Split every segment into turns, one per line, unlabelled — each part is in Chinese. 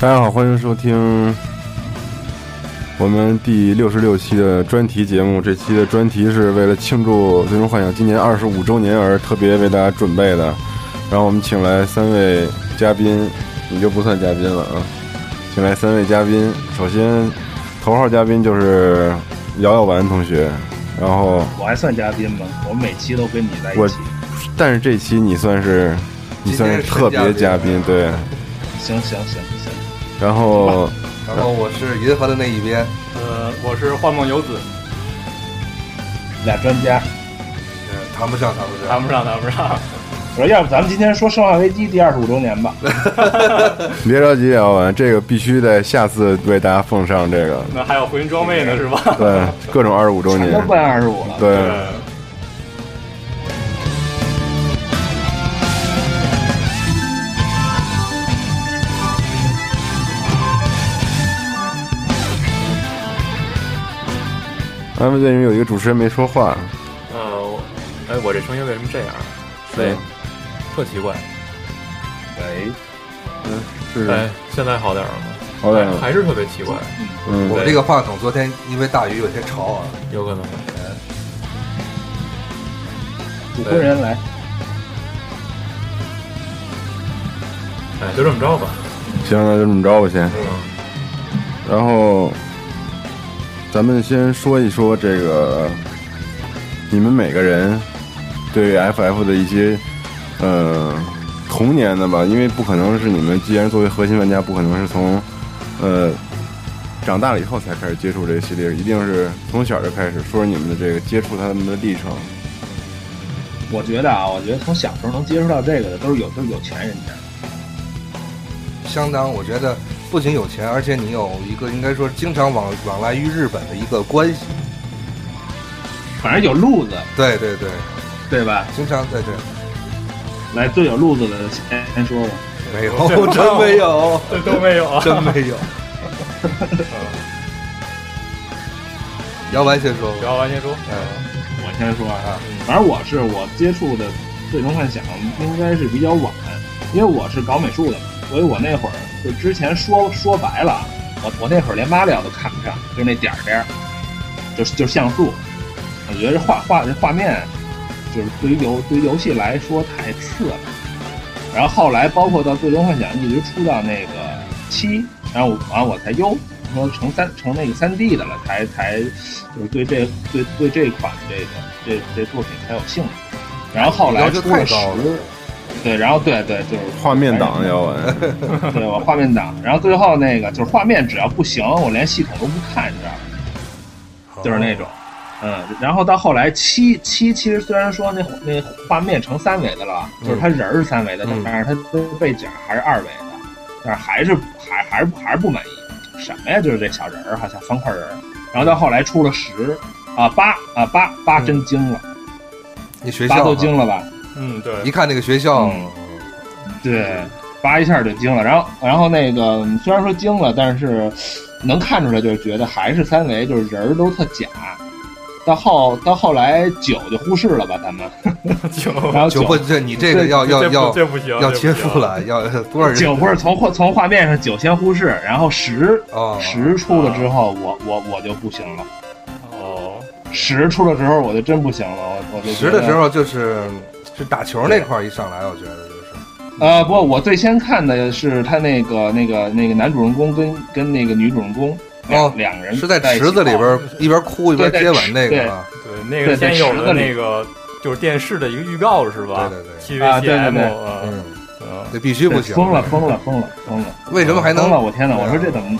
大家好，欢迎收听我们第六十六期的专题节目。这期的专题是为了庆祝《最终幻想》今年二十五周年而特别为大家准备的。然后我们请来三位嘉宾，你就不算嘉宾了啊！请来三位嘉宾，首先头号嘉宾就是姚耀丸同学，然后
我还算嘉宾吗？我每期都跟你在
我
一起。
但是这期你算是你算是特别嘉宾，啊对。
行行行行，
然后
然后我是银河的那一边，
呃，我是幻梦游子，
俩专家。
呃谈不上，谈不上。
谈不上，谈不上。
我说，要不咱们今天说《生化危机》第二十五周年吧？
你别着急，姚耀丸，这个必须得下次为大家奉上这个。
那还有回音装备呢，是吧？
对，各种二十五周
都
年，
快二十五了。
对，咱们为什么有一个主持人没说话？
呃，我哎，我这声音为什么这样？对，特奇怪。
喂，
是
哎，现在好点儿了吗？
好歹
哎还是特别奇怪，
嗯
我，们这个话筒昨天因为大雨有些潮啊，
有可能。
主持人来，
哎，就这么着吧。
行，那就这么着吧，先。
嗯，
然后，咱们先说一说这个，你们每个人对于 FF 的一些，呃，童年的吧，因为不可能是你们，既然作为核心玩家，不可能是从，呃，长大了以后才开始接触这个系列，一定是从小就开始。说说你们的这个接触他们的历程。
我觉得啊，我觉得从小时候能接触到这个的都是有都是有钱人家。
相当我觉得不仅有钱，而且你有一个应该说经常往往来于日本的一个关系。
反正有路子，
对对对，
对吧？
经常对对，
来，最有路子的先先说吧。
没有，真没有，
这都没有啊。
真没有。 姚完先说吧，
聊完先说，
嗯，
我先说啊，反正我是我接触的《最终幻想》应该是比较晚，因为我是搞美术的嘛，所以我那会儿就之前说说白了啊，我我那会儿连马里奥都看不上，就那点儿点儿，就是就是像素，我觉得画画这画面就是对于游对于游戏来说太次了。然后后来包括到《最终幻想》一直出到那个七，然后我然后我才优，说成三成那个三 D 的了，才才就是对这对对这款这个这这作品才有兴趣。然后后来
要求
出了
太
十
高了，
对，然后对对就是
画面党要玩，
对我画面党，然后最后那个就是画面只要不行，我连系统都不看，你知道吗？就是那种，嗯，然后到后来七七其实虽然说那那画面成三维的了，就是它人儿是三维的，
嗯
但是它都背景还是二维的，但是还是还还是还是不满意，什么呀？就是这小人儿，好像方块人儿，然后到后来出了十啊八啊八八真惊了，
你学
八
校
都
啊
惊了吧？
嗯，对，
一看那个学校，
嗯对，扒一下就惊了。然后，然后那个虽然说惊了，但是能看出来，就是觉得还是三维，就是人儿都特假。到后到后来九就忽视了吧，咱们，
九
然后九
就不这你这个要要
这不
要
这不行，
要
这不
切
行
腹，了，要多少人
九不是从画从画面上九先忽视，然后十
哦，
十出了之后，我我我就不行了。
哦，
十出了之后，我就真不行了，我我就觉
十
得
的时候就是是打球那块儿一上来，我觉得就是
呃，不，我最先看的是他那个那个那个男主人公跟跟那个女主人公两、
哦
两个人
是在
一起
池子里
泡
边儿一边哭一边
对
接
在
吻那
池
个啊，
对，那
对
个
在
先有
池
的
子里
那个就是电视的一个预告是吧？
对对对
t
啊
v
对对
c m
对
嗯
嗯，
嗯，
那必须不
对
行，
疯了，疯了，疯了，疯了！
为什么还能
疯了？我天哪！
对啊
我说这怎么？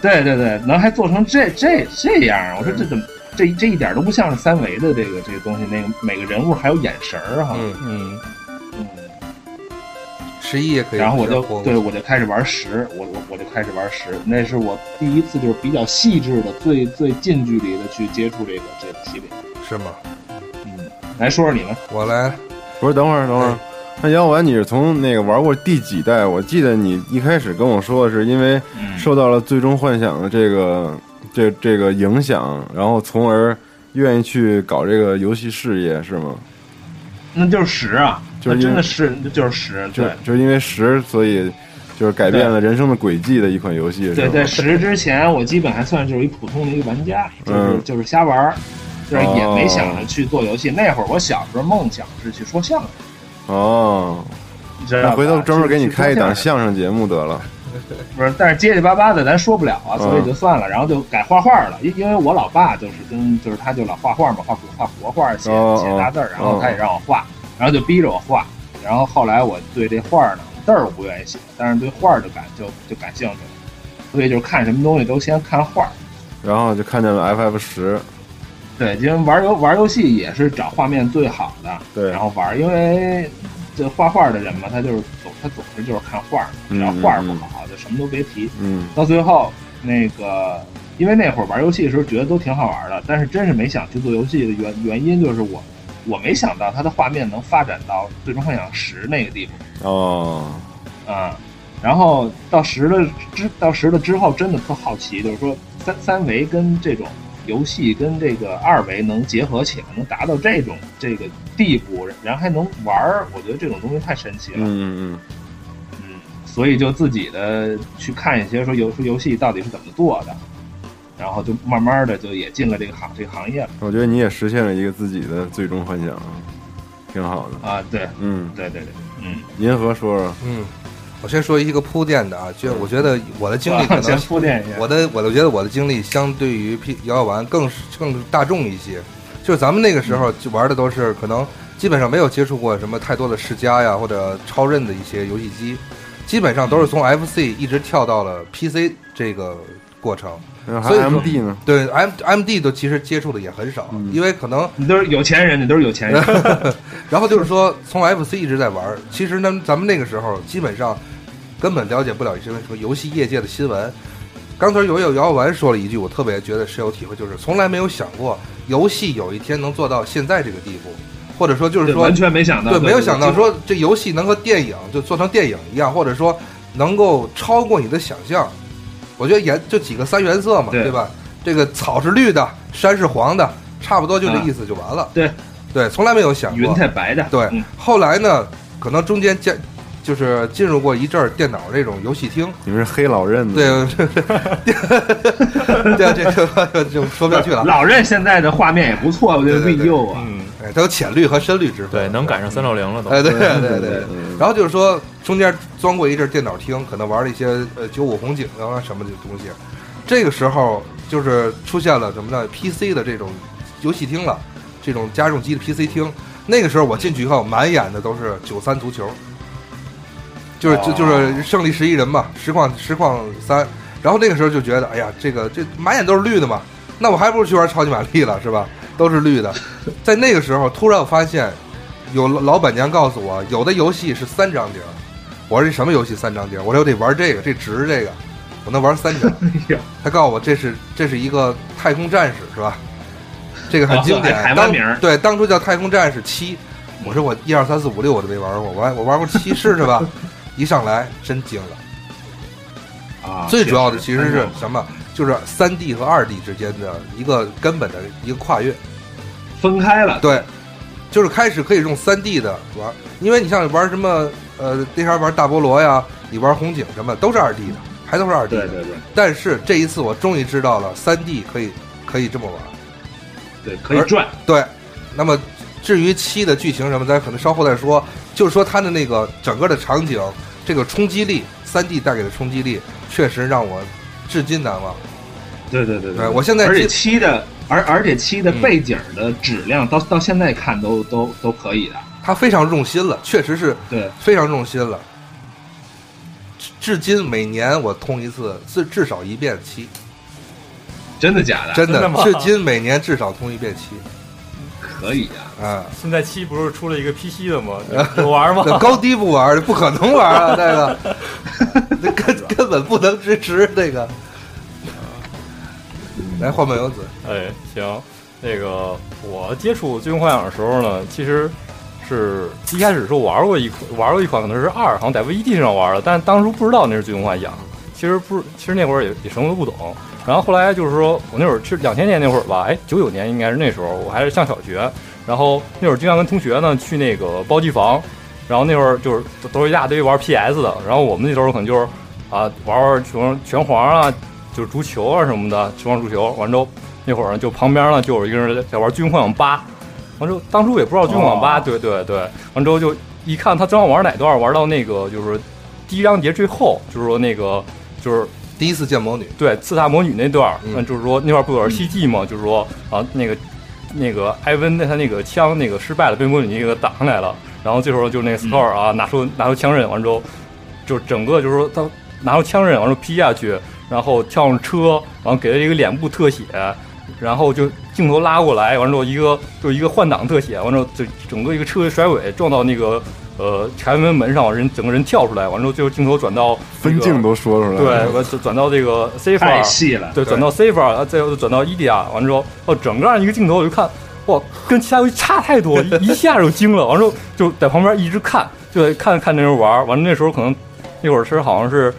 对对对，能还做成这这这样啊儿？我说这
嗯
怎么？这这一点都不像是三维的这个这个东西，那个每个人物还有眼神儿哈。
嗯，
嗯，
嗯
十一也可以，
然后我就
活过
对我就开始玩十，我我我就开始玩十，那是我第一次就是比较细致的、最最近距离的去接触这个这个系列。
是吗？
嗯，来说说你们，
我来
不是，等会儿，等会
哎
儿
嗯。
那杨完，你是从那个玩过第几代？我记得你一开始跟我说的是因为
嗯
受到了《最终幻想》的这个这这个影响，然后从而愿意去搞这个游戏事业，是吗？
那就是十啊，
就是
那
因为
真的是就是十，
就
对。
就是因为十，所以就是改变了人生的轨迹的一款游戏，
对
是
在
吗？
十之前，我基本还算是一普通的一个玩家，就是、
嗯
就是瞎玩儿，就是也
哦
没想着去做游戏。那会儿我小时候梦想是去说相声，
哦，
你知道
那
吧？
回头专门给你开一档
相，
相声节目得了。
不是，但是结结巴巴的咱说不了啊，
嗯
所以就算了，然后就改画画了。因因为我老爸就是跟就是他就老画画嘛，画画国画，写
哦
写大字儿，然后
哦
他也让我画，然后就逼着我画，然后后来我对这画呢字儿我不愿意写，但是对画儿就感就就感兴趣了，所以就是看什么东西都先看画儿。
然后就看见了 FF 十，
对，因为玩游玩游戏也是找画面最好的，
对
然后玩，因为这画画的人嘛，他就是总他总是就是看画儿，
嗯
只要画儿不好，就什么都别提。
嗯，
到最后那个，因为那会儿玩游戏的时候觉得都挺好玩的，但是真是没想去做游戏的原原因就是我我没想到它的画面能发展到最终幻想十那个地步。
哦，
啊，然后到十了之到十了之后，真的特好奇，就是说三三维跟这种游戏跟这个二维能结合起来，能达到这种这个地步，然后还能玩儿，我觉得这种东西太神奇
嗯
了。
嗯嗯。
嗯，所以就自己的去看一些说游说游戏到底是怎么做的，然后就慢慢的就也进了这个行这个行业了
我觉得你也实现了一个自己的最终幻想，啊挺好的。
啊，对
嗯，
对对对，嗯，
银河说说，
嗯，我先说一个铺垫的啊，就我觉得我 的经历可
我先
能
铺垫一下，
我的我都觉得我的经历相对于 P 摇摇丸更是更大众一些，就是咱们那个时候就玩的都是可能基本上没有接触过什么太多的世嘉呀或者超任的一些游戏机，基本上都是从 FC 一直跳到了 PC 这个过程。
那还
所以说
MD 呢？
对 M MD 都其实接触的也很少，因为可能
你都是有钱人，你都是有钱人，
然后就是说，从 FC 一直在玩儿。其实呢，咱们那个时候基本上根本了解不了一些什么游戏业界的新闻。刚才有有姚文说了一句，我特别觉得深有体会，就是从来没有想过游戏有一天能做到现在这个地步，或者说 就是
对
说
完全没想到，
对，没有想到
对
说这游戏能和电影就做成电影一样，或者说能够超过你的想象。我觉得颜就几个三原色嘛，
对
对吧？这个草是绿的，山是黄的，差不多就这意思就完了。
啊对，
对，从来没有想过
云太白的，
对，
嗯
后来呢，可能中间进就是进入过一阵儿电脑这种游戏厅，
你们是黑老
嗯
任的，
对， 对，啊这个就说不下 去了。
老任现在的画面也不错，我觉得
对对对
哎呦啊，
嗯，
哎，它有浅绿和深绿之分，
对，能赶上三六零了都。
哎，对对对对。
嗯
然后就是说，中间钻过一阵电脑厅，可能玩了一些呃九五红警啊什么的东西。这个时候就是出现了什么呢？PC 的这种游戏厅了，这种家用机的 PC 厅。那个时候我进去以后，满眼的都是九三足球，就是
哦
就就是《胜利十一人》嘛，《实况实况三》，然后那个时候就觉得，哎呀，这个这满眼都是绿的嘛，那我还不如去玩超级玛丽了，是吧？都是绿的。在那个时候，突然我发现，有老老板娘告诉我，有的游戏是三张碟儿。我说这什么游戏三张碟儿？我说我得玩这个，这值这个，我能玩三 张。他告诉我这是这是一个太空战士，是吧？这个很经典
哦，还台湾
当
名儿
对，当初叫《太空战士七》，我说我一二三四五六我都没玩过，我玩我玩过 七试试吧。一上来真惊了，
啊，
最主要的
确
其
实
实是什么？就是三 D 和二 D 之间的一个根本的一个跨越。
分开了，
对，就是开始可以用三 D 的玩，因为你像玩什么呃那啥玩大菠萝呀，你玩红警什么都是二 D 的，还都是二 D
对
的。
对对
但是这一次我终于知道了三 D 可以可以这么玩。
对，可以转，
对，那么至于七的剧情什么，咱可能稍后再说。就是说它的那个整个的场景，这个冲击力，三 D 带给的冲击力，确实让我至今难忘。
对对对
对我现在
而且
记
七的，而而且七的
嗯
背景的质量到到现在看都都都可以的，
他非常用心了，确实是
对，
非常用心了。至至今每年我通一次，至至少一遍七，
真的假的？
真的
啊真的，吗
至今每年至少通一遍七
可以啊，
啊。
现在七不是出了一个 PC 的吗？有玩吗？
那高低不玩，不可能玩 啊！那个， 那根根本不能支持那个。来，换本游子，
哎，行，那个我接触《最终幻想》的时候呢，其实是一开始是玩过一款玩过一款，可能是二，好像在 VED 上玩的，但当初不知道那是《最终幻想》，其实不，是，其实那会儿也也什么都不懂。然后后来就是说我那会儿是两千年那会儿吧，哎，九九年应该是那时候，我还是上小学，然后那会儿经常跟同学呢去那个包机房，然后那会儿就是都都是一大堆玩 PS 的，然后我们那时候可能就是啊玩玩拳拳皇啊，就是足球啊什么的，球王足球，完之后那会儿呢，就旁边呢就有一个人在玩《军幻八》，完之后当初我也不知道《军幻八》，对对对，完之后就一看他正好玩哪段，玩到那个就是第一张碟最后，就是说那个就是
第一次见魔女，
对刺杀魔女那段儿，
嗯
嗯，就是说那段儿不有点 CG 嘛，就是说啊那个那个艾温他那个枪那个失败了，被魔女那个挡上来了，然后这时候就那个 Score 啊、拿出拿出枪刃，完之后 就整个就是说他拿出枪刃，完之后劈下去，然后跳上车，然后给了一个脸部特写，然后就镜头拉过来，完之后一个就一个换挡特写，完之后就整个一个车甩尾撞到那个呃柴门门上，人整个人跳出来，完之后最后镜头转到、这个
分镜都说出来
对，
了，
我呃转转到这个 C
太
方。
细了，
对，转到 Saver，然后啊再又转到 EDR，完之后，哦，整个一个镜头我就看，哇，跟其他游戏差太多，一一下就惊了。完之后就在旁边一直看，就在看看那人玩儿。完了那时候可能那会儿是好像是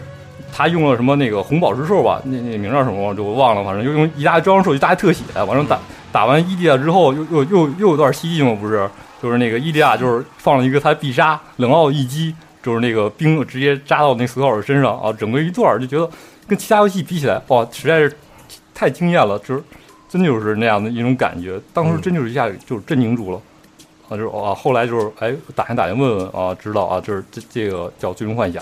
他用了什么那个红宝石兽吧，那那名叫什么我就忘了，反正就用一大装兽一大特写，完了打、打完 EDR 之后又又又又有段 CG 嘛，不是，就是那个 EDR 就是放了一个他必杀冷傲一击。就是那个冰直接扎到那索尔身上啊，整个一段儿就觉得跟其他游戏比起来，哇，实在是太惊艳了，就是真就是那样的一种感觉。当时真就是一下就是震惊住了，啊，就是啊，后来就是哎，打听打听问问啊，知道啊，就是这这个叫《最终幻想》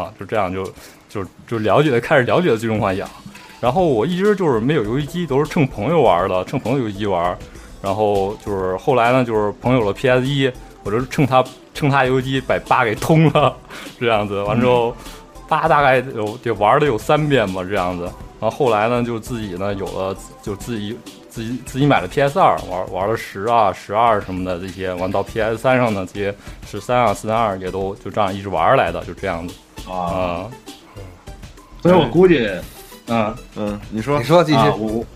啊，就这样就就就了解开始了解《最终幻想》，然后我一直就是没有游戏机，都是趁朋友玩的，趁朋友游戏机玩。然后就是后来呢，就是朋友有了 PS 一，我就是趁他趁他游戏机把八给通了，这样子。完之后，八大概有得玩了有三遍吧，这样子。然后后来呢，就自己呢有了，就自己自己自己买了 PS 二，玩玩了十啊、十二什么的这些，完到 PS 三上呢，这些十三啊、四三二也都就这样一直玩儿来的，就这样子
啊，
啊、
所以我估计，啊
嗯，你说
你说继续。
啊，我我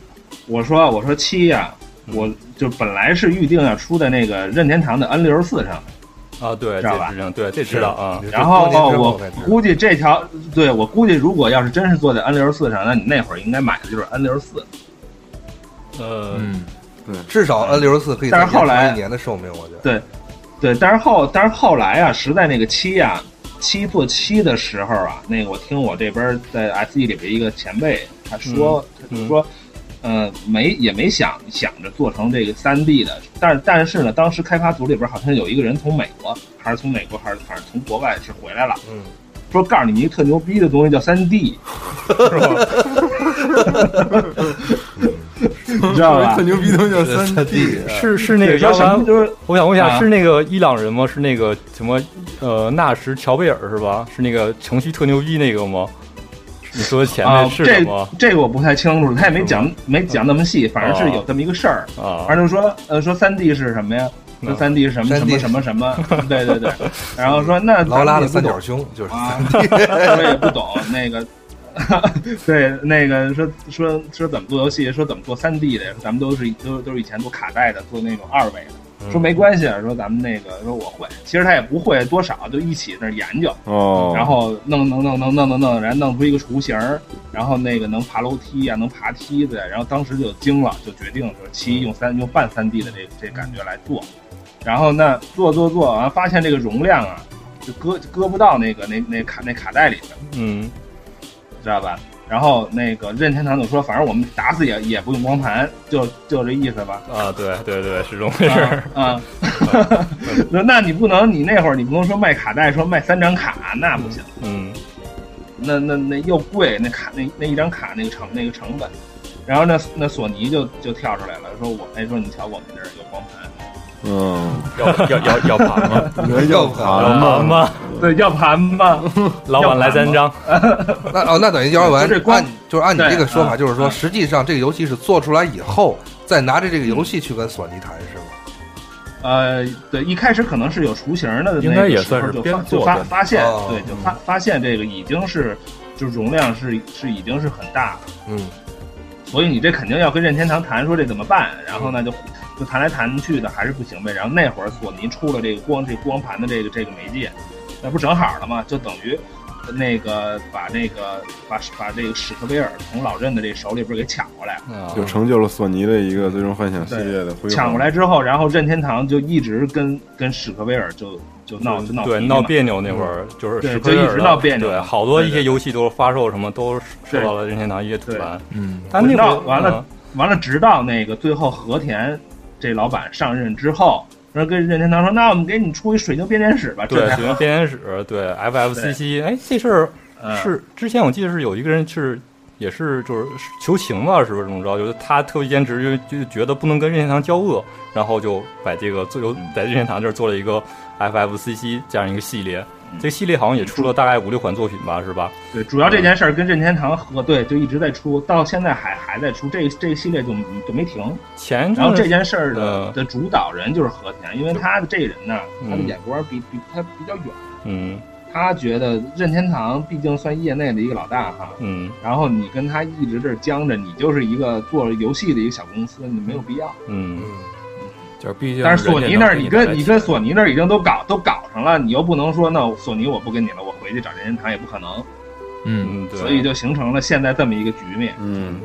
我说我说七呀、
嗯
我就本来是预定要出在那个任天堂的 N 六十四上，
啊，对，
知道
这
吧
是这样，对，这知道啊，
你说
然后
多年之
我
才知道
估计这条，对我估计如果要是真是坐在 N 六十四上，那你那会儿应该买的就是 N 六十四，
呃，
嗯，
至少 N 六十四可以
但是
再延
后来
长一年的寿命，我觉得。
对，但是后但是后来啊，实在那个七呀、七做七的时候啊，那个我听我这边在 S E 里边一个前辈
嗯
他说，他就说，呃，没也没想想着做成这个三 D 的，但但是呢，当时开发组里边好像有一个人从美国还是从美国还是反正从国外是回来了，
嗯，
说告诉你一个特牛 逼的东西叫三 D，你知道吧
特？牛逼的叫三 D，
是是那个
叫
摇
什么
篮
就是
我想问一下，
啊
是那个伊朗人吗？是那个什么呃纳什乔贝尔是吧？是那个程序特牛逼那个吗？你说的前
啊
面，是什
这
么
这个我不太清楚，他也没讲没讲那么细，反正是有这么一个事儿。
啊
反？正就说，呃，说三 D 是什么呀？说三 D 是什么什么什么什么？ 对对对。然后说那
劳拉的三
角。
角胸就是
啊， 我也不懂那个， 对那个说说说怎么做游戏，说怎么做三 D 的，咱们都是都都是以前做卡带的，做那种二维
嗯
的，说没关系，啊说咱们那个说我会，其实他也不会多少，就一起那儿研究，
哦，
然后弄弄弄弄弄弄弄，然后弄出一个雏形儿，然后那个能爬楼梯啊，能爬梯子呀，然后当时就惊了，就决定就是七用三用半三 D 的这这感觉来做，然后那做做做完，发现这个容量啊，就搁就搁不到那个那那卡那卡带里边，
嗯
知道吧？然后那个任天堂就说，反正我们打死也也不用光盘，就就这意思吧。
啊，对对对，是这么回事儿。
啊，那那你不能，你那会儿你不能说卖卡带，说卖三张卡，那不行。
嗯
那那那又贵，那卡那那一张卡那个成那个成本，然后那那索尼就就跳出来了，说我哎说你瞧我们这儿有光盘，
嗯，
要要要要盘 吗？
要
啊
老
盘
板吗？
对，要盘吗？
老板来三张，
那哦，那等于摇完
就这光
按就是按你这个说法，
对
就是说
啊
实际上这个游戏是做出来以后，再拿着这个游戏去跟索尼谈，是吗？
嗯
呃，对，一开始可能是有雏形的那个时候，
应该也算是
就
边
发
做
就发
边
发现，
哦
对，就发发现这个已经是就容量是是已经是很大了。
嗯，
所以你这肯定要跟任天堂谈，说这怎么办？然后呢，就就谈来谈去的还是不行呗。然后那会儿索尼出了这个光这光盘的这个这个媒介，那不正好了吗？就等于呃那个把那个把把这个史克威尔从老任的这手里边给抢过来了。
啊
就成就了索尼的一个最终幻想系列的辉煌。
抢过来之后，然后任天堂就一直跟跟史克威尔就就闹就闹
对
脾气
闹
嘛
别扭那会儿，就是
对
时不时
就一直
的
闹别扭
对，好多一
对
些
对
游戏都发售什么都受
对
到了任天堂一些阻拦。
嗯，
但那会
闹
儿
完了，完了，直到那个最后和田这老板上任之后，然后跟任天堂说：“那我们给你出一水牛编年史吧。”
对
这，才
《水源编年史》对 FFCC，哎，这事儿
嗯
是之前我记得是有一个人是也是就是求情吧，是不是怎么着？就是他特别坚持，就就觉得不能跟任天堂交恶，然后就把这个做有
嗯
在任天堂这儿做了一个 FFCC 这样一个系列。
嗯
这个系列好像也出了大概五六款作品吧，是吧？
对，主要这件事儿跟任天堂合对，就一直在出，到现在还还在出，这嗯个这个系列就就没停。
前一
然后
阵
这
子
件事儿的
呃
的主导人就是和田，因为他的这个人呢，
嗯
他的眼光比比他比较远，
嗯
他觉得任天堂毕竟算业内的一个老大哈。
嗯
然后你跟他一直这儿僵着，你就是一个做游戏的一个小公司，你没有必要。
嗯，
就是毕竟人家
但
能给你带来钱。
是索尼那儿，你跟你跟索尼那儿已经都搞都搞上了，你又不能说那索尼我不跟你了，我回去找任天堂也不可能，
嗯，
嗯，对。
所以就形成了现在这么一个局面。
嗯，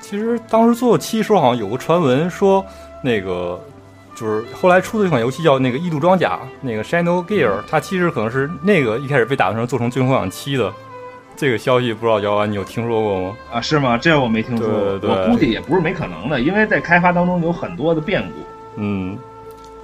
其实当时做七时候，好像有个传闻说，那个就是后来出的一款游戏叫那个《异度装甲》，那个 Shadow Gear，它其实可能是那个一开始被打算成做成《最终幻想七》的。这个消息不知道姚安你有听说过吗？
啊，是吗？这我没听说过，
对对
我估计也不是没可能的，因为在开发当中有很多的变故，
嗯，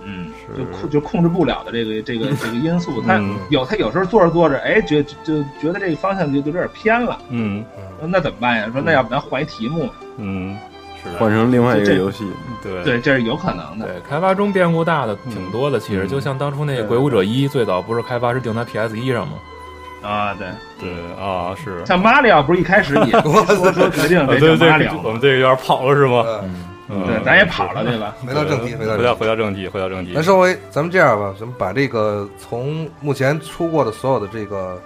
嗯，
是
就控就控制不了的这 个这个这个因素，它
嗯
有它有时候做着做着，哎，觉就觉得这个方向就就有点偏了，
嗯
那怎么办呀？说那要不咱换一题目，
嗯，是
换
的，
成另外一个游戏，
对
对，这是有可能的，
对，开发中变故大的挺多的，其实
嗯
就像当初那个
对
《鬼武者一》，最早不是开发是定在 PS 一 E 上吗？
啊，对，
对啊，是。
像马里奥不是一开 始也说说决定
啊
这
对
叫
对
马里
对，
奥
我
吗？
们这个有点跑了是吗？
嗯，
嗯，
对，咱也跑了，对吧？
回到正题，回到
回
正
到
题。
回到正题，回到正题
咱。稍微，咱们这样吧，咱们把这个从目前出过的所有的这个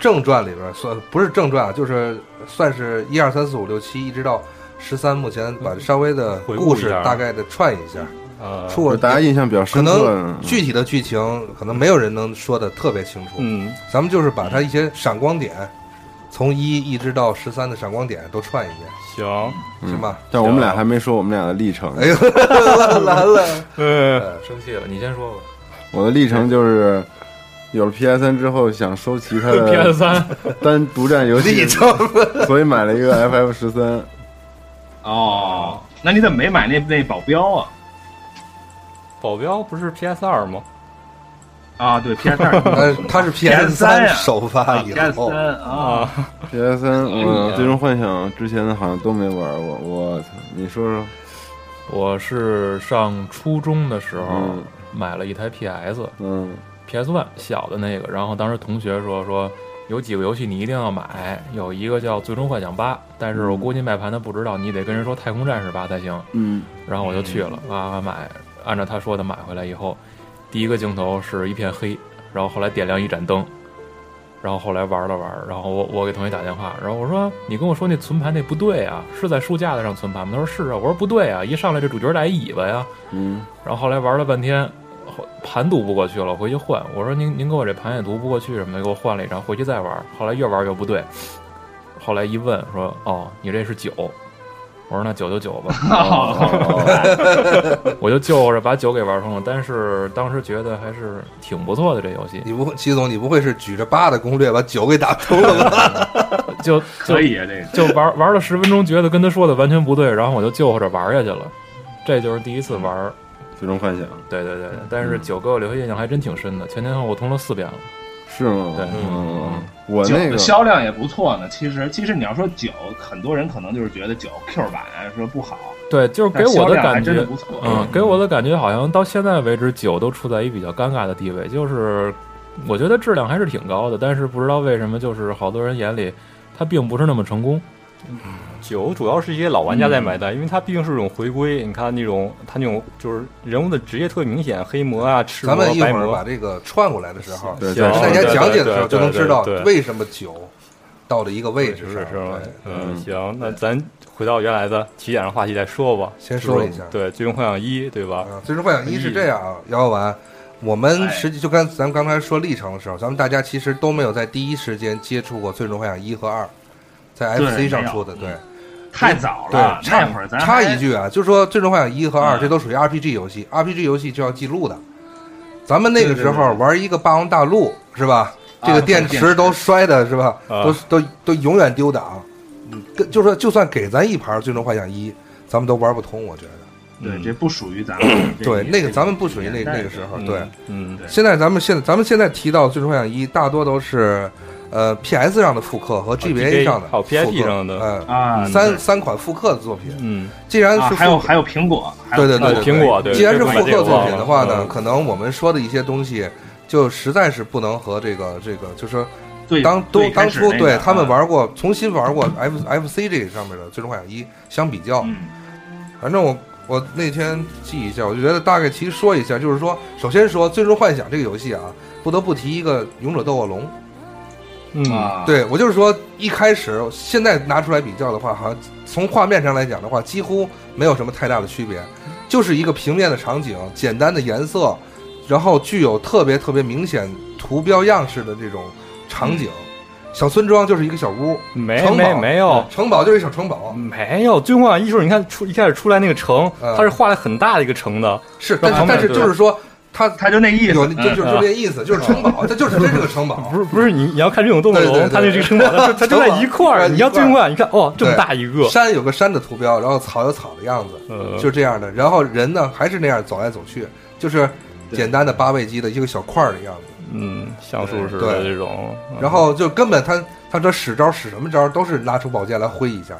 正传里边儿，算不是正传啊，就是算是一二三四五六七，一直到十三，目前把稍微的
嗯回顾
故
一
事
下
大概的串一下，
啊，
出过
大家印象比较
可
深刻
能
的。
具体的剧情可能没有人能说的特别清楚，
嗯
咱们就是把它一些闪光点，从一一直到十三的闪光点都串一遍，
行，嗯
行吧？
但我们俩还没说我们俩的历程。
哎呦，来了，
嗯
呃
生气了，你先 说吧。
我的历程就是有了 PS 三之后，想收齐它
PS
的
三，
单独占游
你
戏，
这
所以买了一个 FF 十三。
哦，那你怎么没买那那保镖啊？
保镖不是 PS 二吗？
啊，对 PS 二、
但是呃 它是 PS
PS3 呀
啊
首发以
PS
后，
三啊，
PS 三，我
嗯
最终幻想之前好像都没玩过，我操！你说说，
我是上初中的时候
嗯
买了一台 PS，
嗯
PS One 小的那个，然后当时同学说说有几个游戏你一定要买，有一个叫《最终幻想八》，但是我估计卖盘的不知道，你得跟人说《太空战士八》才行。
嗯，
然后我就去了，哇哇买，按照他说的买回来以后，第一个镜头是一片黑，然后后来点亮一盏灯，然后后来玩了玩，然后我我给同学打电话，然后我说你跟我说那存盘那不对啊，是在书架子上存盘吗？他说是啊，我说不对啊，一上来这主角带一尾巴呀，
嗯，
然后后来玩了半天，后盘读不过去了，我回去换。我说您您给我这盘也读不过去什么的，给我换了一张，回去再玩。后来越玩越不对，后来一问说哦，你这是九。我说那九就九吧， 我就就着把九给玩通了。但是当时觉得还是挺不错的这游戏，
你不会，齐总，你不会是举着八的攻略把九给打通了 吧？
就就
可以啊，这个
就玩玩了十分钟，觉得跟他说的完全不对，然后我就就着玩下去了。这就是第一次玩，嗯
最终幻想
对对对。对但是九给我留下印象还真挺深的，前前后后我通了四遍了。
是吗？
对
嗯，我
九
那个
的销量也不错呢。其实，其实你要说九，很多人可能就是觉得九 Q 版
啊
说不好，
对，就是给
但
我
销
的
量还
感
真的
觉，
不错。
嗯，给我的感觉好像到现在为止，酒都处在一比较尴尬的地位，就是我觉得质量还是挺高的，但是不知道为什么，就是好多人眼里它并不是那么成功。
九主要是一些老玩家在买单，因为它毕竟是一种回归。你看那种它那种就是人物的职业特别明显，黑魔啊、赤魔
咱、们一会
白
儿把
魔。
这个串过来的时候，
对
行
再
大
说
家
对
讲解的时候就能知道
对对对
为什么九到了一个位置
是
上。
是是吗
对，
嗯，行，那咱回到原来的起点上话题再说吧。
先说一下
对《最终幻想一》，对吧？
啊，最终幻想一是这样啊，姚丸，我
哎
们实际就跟咱们刚才说历程的时候，咱们大家其实都没有在第一时间接触过最终幻想一和二，在
对
FC 上
没有
出的，对。
太早
对
了，，
插
那会儿咱
插
还
一句啊，就说《最终幻想一》和二，
嗯
这都属于 RPG 游戏，RPG 游戏就要记录的。咱们那个时
对对啊
候玩一个霸王大陆是吧？这个电
电池
池都摔的是吧？
啊
都都都永远丢档。嗯，跟就说就算给咱一盘《最终幻想一》，咱们都玩不通，我觉得。
对
嗯
这不属于咱们这
嗯对，那个咱们不属于
这
那
年代
那个时候。对，
嗯，
对
现在咱们现在咱们现在提到《最终幻想一》，大多都是呃 PS 上的复刻
哦
和 GBA 上的
还有 PSP
复刻
E 上的
嗯
啊，
三三款复刻的作品。
嗯，
既然
啊
是
还
复
有还有苹果，还有哦
对对对
啊
对，
苹果对
既然是复
这
刻
个
作品的话呢，
嗯
可能我们说的一些东西，就实在是不能和这个这个，就说
最
当都
最开
当
始
初
那
对
个
他们，
啊
玩过，重新玩过 F F C 这上面的《最终幻想一》相比较，
嗯，
反正我我那天记一下，我就觉得大概其实说一下，就是说，首先说《最终幻想》这个游戏啊，不得不提一个《勇者斗恶龙》。
嗯
啊，
对我就是说，一开始现在拿出来比较的话，好像从画面上来讲的话，几乎没有什么太大的区别，就是一个平面的场景，简单的颜色，然后具有特别特别明显图标样式的这种场景。小村庄就是一个小屋，
没
城堡
没没有。
城堡就是一小城堡，
没有，最终幻想一时候你看出一开始出来那个城，
嗯哦
它是画了很大的一个城的，
是，但是
城堡
但是
对
就是说，它
他就那意思
有，就就就
嗯
这意思，就是城 堡，它就是真是个城堡
不，是不是你你要看这种动物
对对对
龙，它那这 个城堡，它它就在一块
城堡
儿。你要最终幻想一看，哦，这么
对
大一个，
山有个山的图标，然后草有草的样子，
呃，
就是这样的。然后人呢还是那样走来走去，就是简单的八位机的一个小块儿的样子。
嗯，像素式
对
的这种，嗯
然后就根本他他这使招使什么招都是拿出宝剑来挥一下，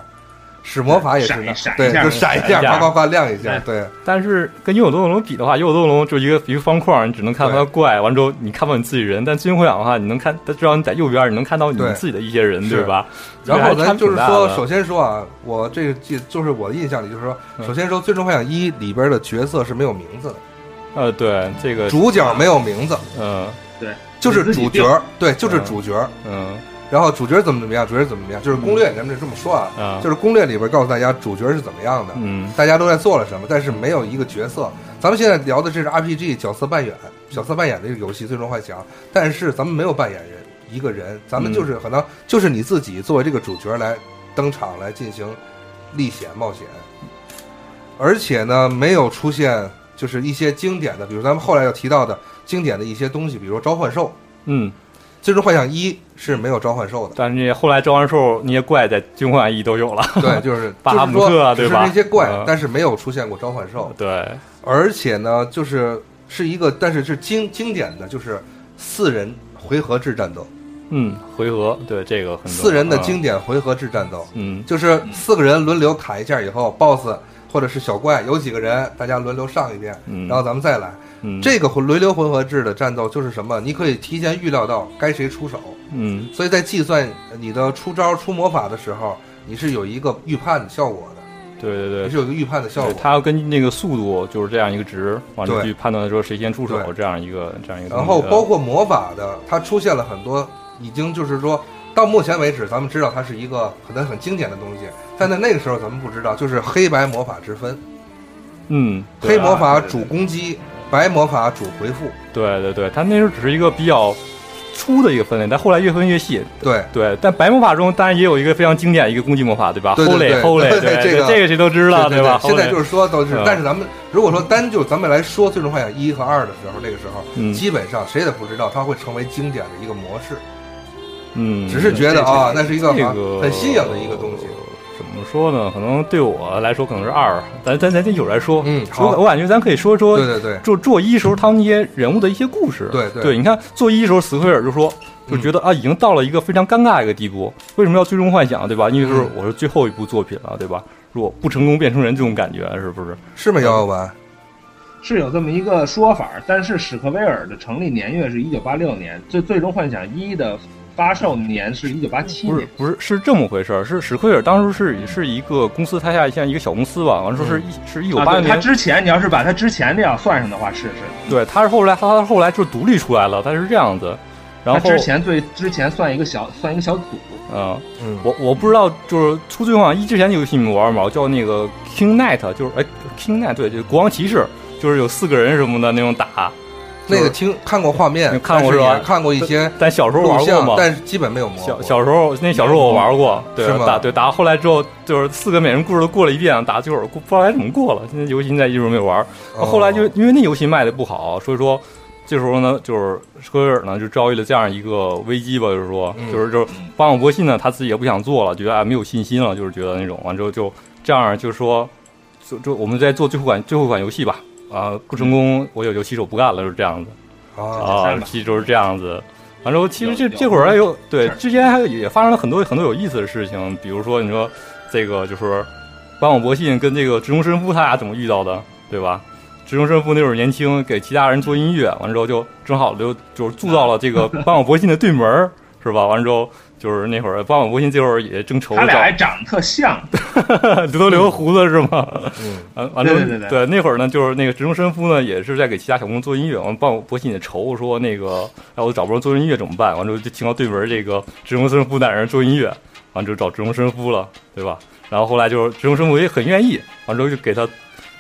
使魔法也是
闪一
拿
闪一
对
下
就闪一
闪
下，
一下
夸夸夸亮一下
哎，
对
但是跟幽游斗恶龙比的话，幽游斗恶龙就一个一个方框，你只能看到它怪，完之后你看不到你自己人。但最终幻想的话，你能看，它至少你在右边，你能看到你
对
自己的一些人，
是
对吧？
然后咱就是说，首
先
先说啊，我这个记就是我的印象里就是说，
嗯
首先说《最终幻想一》里边的角色是没有名字的，
呃，对这个，
主角没有名字，
嗯
就是
你自己
主
定
角，对，就是
嗯
主角。
嗯
然后主角怎么怎么样，主角怎么怎么样，就是攻略，咱们就这么说啊，
嗯
啊
就是攻略里边告诉大家主角是怎么样的，
嗯
大家都在做了什么，但是没有一个角色。咱们现在聊的这是 RPG 角色扮演，角色扮演的这个游戏《最终幻想》，但是咱们没有扮演人一个人，咱们
嗯
就是可能就是你自己作为这个主角来登场来进行历险冒险，而且呢，没有出现就是一些经典的，比如咱们后来要提到的经典的一些东西，比如说召唤兽，《
嗯。
最终幻想一》是没有召唤 兽的。
但是那后来召唤兽那些怪在最终幻想一都有了，
对，就是
巴哈姆特啊
就是说
对
只
吧
是那些怪
嗯，
但是没有出现过召唤兽，
对，
而且呢，就是是一个，但是是经经典的，就是四人回合制战斗，
嗯，回合对这个很重要
四人的
啊
经典回合制战斗，
嗯
就是四个人轮流砍一下以后，BOSS 或者是小怪有几个人，大家轮流上一遍，
嗯，
然后咱们再来。
嗯
这个轮流回合制的战斗就是什么？你可以提前预料到该谁出手，
嗯
所以在计算你的出招、出魔法的时候，你是有一个预判的效果的，
对对对
你是有一个预判的效
对，
果。
它要根据那个速度就是这样一个值，完
对
了去判断说谁先出手
对
这样一个这样一个东
然
西。
后包括魔法的，它出现了很多，已经就是说到目前为止，咱们知道它是一个可能很经典的东西，但在那个时候咱们不知道，就是黑白魔法之分，
嗯，对
黑魔法主攻击，白魔法主回复。
对对对，它那时候只是一个比较粗的一个分类，但后来越分越细。
对，
对，但白魔法中当然也有一个非常经典的一个攻击魔法，对吧
对对对
？Holy Holy，
对对
这
这个
个谁都知道，
对
吧？
现在就是是说都是
嗯，
但是咱们如果说单就咱们来说《最终幻想一》和二的时候，那个时候
嗯
基本上谁也不知道它会成为经典的一个模式，
嗯，
只是觉得啊，那是一个
这个
很新颖的一个东西。
怎么说呢？可能对我来说可能是二，咱咱咱先一会儿再说。
嗯
哦我
好
我感觉咱可以说说
对对对，
做做一时候他们那些人物的一些故事。
对对
对你看做一时候，斯奎尔就说。
嗯
就觉得啊，已经到了一个非常尴尬的一个地步。为什么要最终幻想，对吧？因为是
嗯
我是最后一部作品了，对吧？如果不成功变成人，这种感觉是不是？
是吗？姚耀文，
是有这么一个说法，但是史克威尔的成立年月是一九八六年，最最终幻想一的发售年是一九八七
不是
年。
不是是这么回事儿，是史奎尔当时是是一个公司，他下像一个小公司吧，完了说是一、是一九
啊，
八
对，他
年，
之前你要是把他之前的要算上的话，是是，
对，他是后来他他后来就独立出来了，他是这样子，然
他
后
之前最之前算一个小算一个小组，
嗯，
嗯
我我不知道就是出最后一之前有个游戏你们玩吗？叫那个 King Knight，就是哎 King Knight 对，就是国王骑士，就是有四个人什么的那种打，
那个听看过画面
你，看过
但是
是吧
也看过一些
但小时候
录
玩过
像，
吗？
但是基本没有模
小
糊。
小时候那小时候我玩过，对
是吗
打对打，后来之后就是四个每人故事都过了一遍，打最后不知道该怎么过了，现在游戏现在一直没有玩。
哦
后来就因为那游戏卖的不好，所以说这时候呢，就是科威尔呢就遭遇了这样一个危机吧，就是说，
嗯
就是就是巴姆博信呢他自己也不想做了，觉得啊没有信心了，就是觉得那种完之后就这样，就是说，就就我们在做最后款最后一款游戏吧，啊不
嗯
成功我也就洗手不干了，就是这样子
啊，
啊
三，吧
其实就是这样子。完之后，其实这
有有
这会儿还有对
事儿
之前还有也发生了很多很多有意思的事情，比如说你说这个就是巴姆博信跟这个直中神夫他俩怎么遇到的，对吧？直中神夫那会儿年轻，给其他人做音乐，完之后就正好就就是住到了 这个巴姆博信的对门儿，是吧？完之后就是那会儿巴姆博信这会儿也正愁
他
着
俩还长得特像，
刘都留胡子是吗？
嗯，
完完了之后，
对对对
那会儿呢，就是那个直中伸夫呢，也是在给其他小工做音乐，完帮我博信也愁说那个，哎，我找不着做音乐怎么办？完之后就听到对门这个直中伸夫在那儿做音乐，完之后找直中伸夫了，对吧？然后后来就是直中伸夫也很愿意，完之后就给他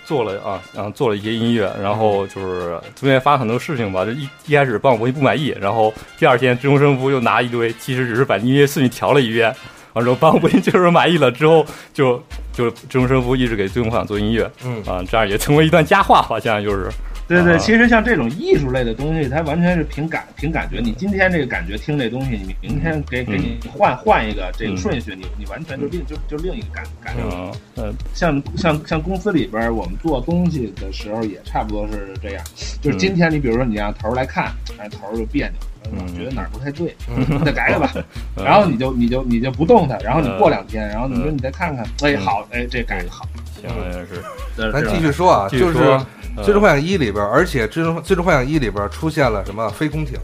做了啊，然后做了一些音乐，然后就是中间发生很多事情吧，就一一开始帮我博信不满意，然后第二天直中伸夫又拿一堆，其实只是把音乐顺序调了一遍。完之后，帮我博信就是满意了之后，就就是直中伸夫一直给最终幻想做音乐，
嗯
啊，这样也成为一段佳话吧，现在就是，
对对，
啊
其实像这种艺术类的东西，它完全是凭感凭感觉。你今天这个感觉听这东西，你明天给给你换换一个这个
嗯
顺序，你你完全就另就就另一个感感觉。
嗯嗯
像像像公司里边儿，我们做东西的时候也差不多是这样。就是
嗯
今天你比如说你让头儿来看，哎，头儿就别扭，老
嗯
觉得哪儿不太对，
嗯
再改改吧。
嗯
然后你就你就你就不动它，然后你
嗯
过两天，然后你说
嗯
你再看看，哎
嗯
好，哎这改的好。
行，也是，
对嗯
咱
是吧
继续说啊，
继续
就是
说
《
嗯
最终幻想一》里边，而且《最终最终幻想一》里边出现了什么飞空艇，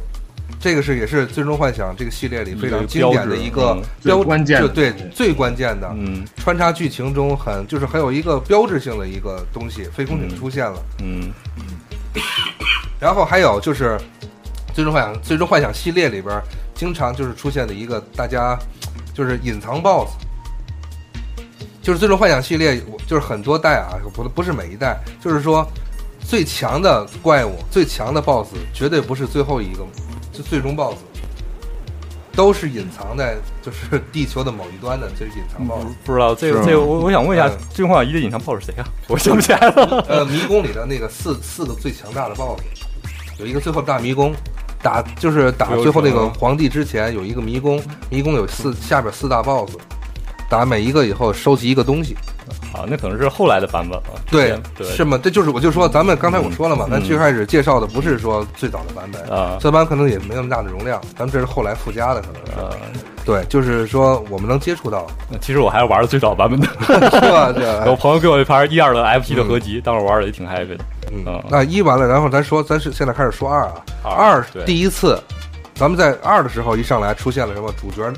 这个是也是《最终幻想》这个系列里非常经典的一个
标志
标
最关键
就
的
对最关键的
嗯
穿插剧情中很就是很有一个标志性的一个东西，飞空艇
嗯
出现了。
嗯
然后还有就是《最终幻想》《最终幻想》系列里边经常就是出现的一个大家就是隐藏 BOSS，就是《最终幻想》系列，我就是很多代啊，不不是每一代，就是说最强的怪物、最强的 BOSS 绝对不是最后一个，就最终 BOSS。都是隐藏在就是地球的某一端的，就是隐藏 BOSS，、
不知道这
是
个
吗
这个，我我想问一下
嗯，
最终幻想一的隐藏 BOSS 是谁啊？ 我想不起来了，
呃，迷宫里的那个四四个最强大的 BOSS，有一个最后大迷宫，打就是打最后那个皇帝之前有一个迷宫，迷宫有四下边四大 BOSS，打每一个以后收集一个东西，
啊，那可能是后来的版本了。
对
对，嗯
是吗？这就是我就说，咱们刚才我说了嘛，咱最开始介绍的不是说最早的版本，
啊
这版可能也没那么大的容量，咱们这是后来附加的，可能是。
呃，
对，就是说我们能接触到，
那其实我还是玩的最早版本的，
是吧？对
我，朋友给我一盘一二的 FP 的合集，当时玩的也挺 happy 的。
嗯
嗯，
那一完了，然后咱说，咱是现在开始说二啊，
二
二
对
第一次，咱们在二的时候一上来出现了什么主角？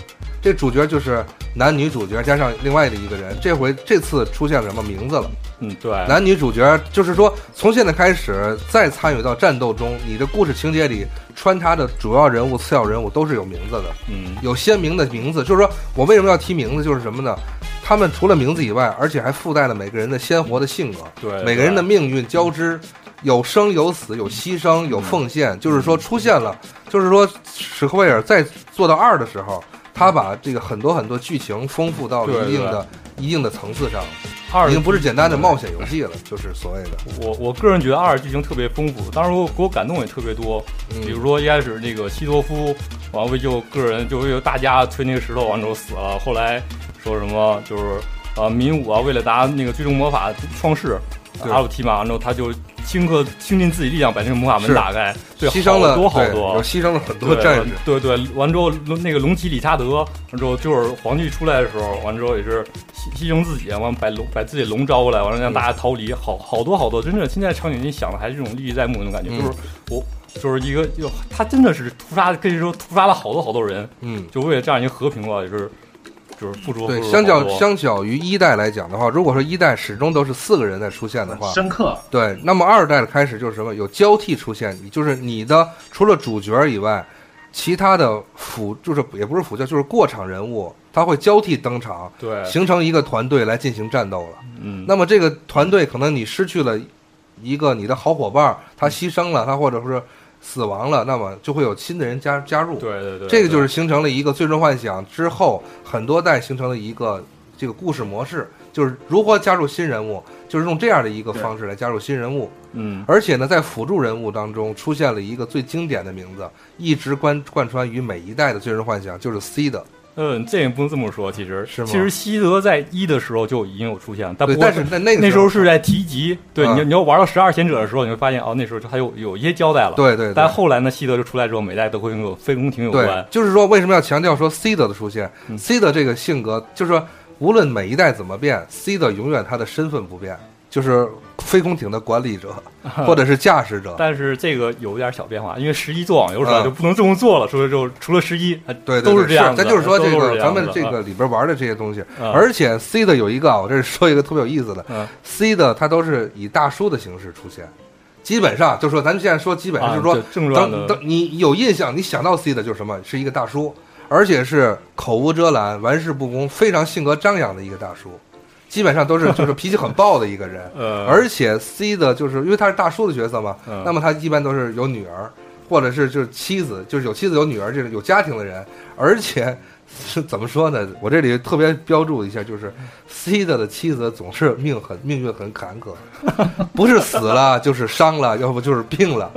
这主角就是男女主角加上另外的一个人，这回这次出现了什么名字了？
嗯，对，
男女主角就是说，从现在开始再参与到战斗中，你的故事情节里穿插的主要人物、次要人物都是有名字的，
嗯
有鲜明的名字。就是说我为什么要提名字，就是什么呢？他们除了名字以外，而且还附带了每个人的鲜活的性格，
对
每个人的命运交织，有生有死，有牺牲，有奉
嗯
献。就是说出现了，就是说史克威尔在做到二的时候，他把这个很多很多剧情丰富到了一定的一定的层次上。
二
已经不是简单的冒险游戏了，就是所谓的，
我我个人觉得二剧情特别丰富，当时我给我感动也特别多。
嗯
比如说一开始那个西多夫，完为救个人，就是有大家推那个石头完之后死了，后来说什么就是呃民武啊，为了拿那个最终魔法创世。
对
阿鲁提玛完之后，他就顷刻倾尽自己力量把这个魔法门
是
打开，对，
牺牲了
好多好
对
多
有，牺牲了很多
对
战士，
对对，完之后那个龙骑理查德，完之后就是黄剧出来的时候，完之后也是牺牺牲自己，啊完把龙把自己龙招过来，完了让大家逃离，好好多好多，真的现在场景你想的还是这种历历在目那种感觉，
嗯
就是我就是一个就他真的是屠杀，可以说屠杀了好多好多人，
嗯，
就为了这样一个和平吧，也是就是付出
对，
付出
相
好
较
多
相较于一代来讲的话，如果说一代始终都是四个人在出现的话，
深刻，
对，那么二代的开始就是什么？有交替出现，你就是你的除了主角以外，其他的辅就是也不是辅教，就是过场人物，他会交替登场，
对，
形成一个团队来进行战斗了。
嗯，
那么这个团队可能你失去了一个你的好伙伴儿，他牺牲了，他或者是死亡了，那么就会有新的人加加入。
对对对，
这个就是
对
形成了一个《最终幻想》之后很多代形成了一个这个故事模式，就是如何加入新人物，就是用这样的一个方式来加入新人物。
嗯
而且呢，在辅助人物当中出现了一个最经典的名字，一直贯贯穿于每一代的《最终幻想》，就是 C 的。
嗯，这也不能这么说，其实
是吗
其实西德在一的时候就已经有出现了，但呃不
对，
过
但是在那个
那时候是在提及，对，
嗯
你要你要玩到十二贤者的时候，你会发现哦，那时候就还有有一些交代了。，
对对，对
但后来呢，西德就出来之后，每代都会跟个飞龙艇有
对
关，。
就是说为什么要强调说 C 的的出现、
嗯
c 的这个性格，就是说无论每一代怎么变，C 的永远他的身份不变，就是飞空艇的管理 者或者是驾驶者。
但是这个有一点小变化，因为十一做网游时候
嗯
就不能这么做了，除了之后除了十一，还
对对
都
对
是这样子
咱
的，
就是说
都
这
都
个
是
咱们
样子
这
的啊
个里边玩的这些东西，
嗯
而且 C 的有一个啊，我这是说一个特别有意思的、
嗯
c 的它都是以大叔的形式出现，基本上就说咱们现在说基本上
啊
就是说
就正传
等
的
等，你有印象，你想到 C 的就是什么？是一个大叔，而且是口无遮拦、玩世不恭、非常性格张扬的一个大叔，基本上都是就是脾气很暴的一个 人。
呃，
而且 C 的就是因为他是大叔的角色嘛，
嗯
那么他一般都是有女儿，或者是就是妻子，就是有妻子有女儿，就是有家庭的人。而且是怎么说呢？我这里特别标注一下，就是 C 的的妻子总是命很命运很坎坷，不是死 了就是伤了，要不就是病了。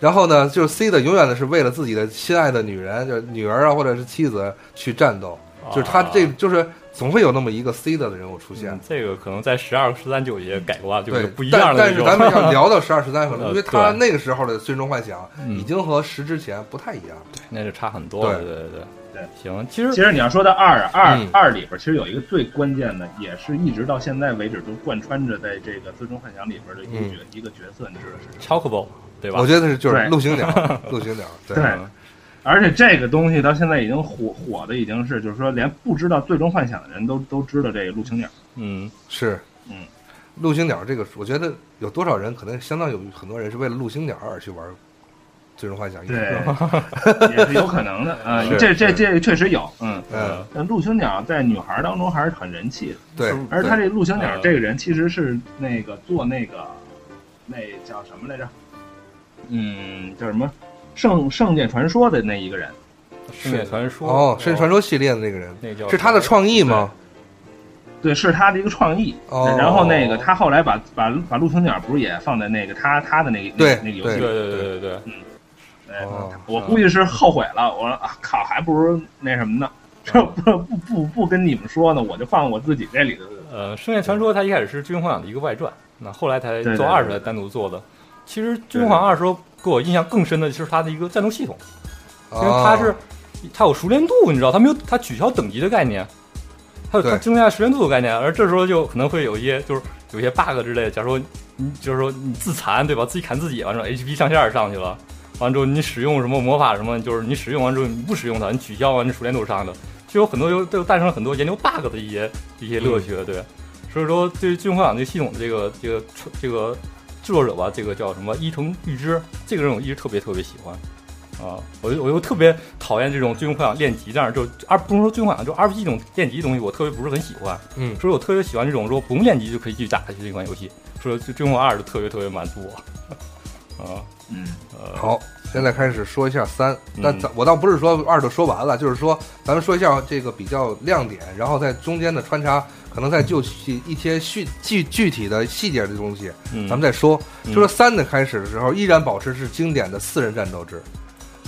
然后呢，就是 C 的永远的是为了自己的心爱的女人，就是女儿啊，或者是妻子去战斗，就是他这
啊
就是总会有那么一个 C 的的人物出现。
嗯这个可能在十二十三九也改过了，就
对
是，不一样
但但
的那
是
种。
咱们要聊到十二十三可能，因为他
呃对
那个时候的《最终幻想》
嗯
已经和十之前不太一样。
那就差很多了，
对
对对对
对。
行，其实
其实你要说到二
啊
二、
嗯
二里边，其实有一个最关键的，也是一直到现在为止都贯穿着在这个《最终幻想》里边的一个角、
嗯
一个角色，你知道是什么？
Chocobo 对吧？
我觉得是就是
对
陆行鸟， 陆行鸟，对
对，而且这个东西到现在已经火火的已经是，就是说连不知道《最终幻想》的人都都知道这个陆青鸟。
嗯，
是，
嗯，
陆行鸟这个，我觉得有多少人可能相当有很多人是为了陆行鸟而去玩《最终幻想》。嗯
对， 也是有可能的啊、
是
这这
是
这确实有，嗯。
呃
嗯，
但陆青鸟在女孩当中还是很人气的，
对，
而他
对啊
这陆青鸟
呃
这个人其实是那个做那个那叫什么来着？嗯，叫什么圣圣剑传说的那一个人。
圣剑传说
哦，《神传说》系列的那个人
那叫
是他的创意吗？
对，是他的一个创意。
哦
然后那个他后来把把把陆青鸟不是也放在那个他他的那个
对
那那个游
对
戏
对
里？
对对对对，
哎
哦
我估计是后悔了。我说啊靠，还不如那什么呢？这 不不不不跟你们说呢，我就放我自己这里头了。
呃，《圣夜传说》它一开始是《军魂网》的一个外传，那后来才
对
做
对
二
对
十才单独做的。其实《
对
军魂二》时候给我印象更深的就是它的一个战斗系统，因为
啊
它是它有熟练度，你知道，它没有它取消等级的概念，它有它
对
增加熟练度的概念，而这时候就可能会有一些就是有一些 bug 之类的，假如说你就是说你自残对吧，自己砍自己，完之后 HP 上限儿上去了。完之后，你使用什么魔法什么，就是你使用完之后你不使用它，你取消完这熟练度上的，就有很多又又诞生了很多研究 bug 的一些一些乐趣了，对。所以说，对于军火网这个系统的这个这个这个制作者吧，这个叫什么伊藤裕之，这个人我一直特别特别喜欢啊，我就我又特别讨厌这种军火网练级，但是就而不能说军火网，就 RPG 这种练级的东西，我特别不是很喜欢，
嗯
所以我特别喜欢这种说不用练级就可以继续打下去的一款游戏，所以就军火二就特别特别满足我，啊，
嗯，
呃，
好，现在开始说一下三。
嗯
那咱我倒不是说二都说完了，就是说咱们说一下这个比较亮点，然后在中间的穿插，可能再就其一些具具具体的细节的东西，
嗯
咱们再说。
嗯
就说三的开始的时候，依然保持是经典的四人战斗制，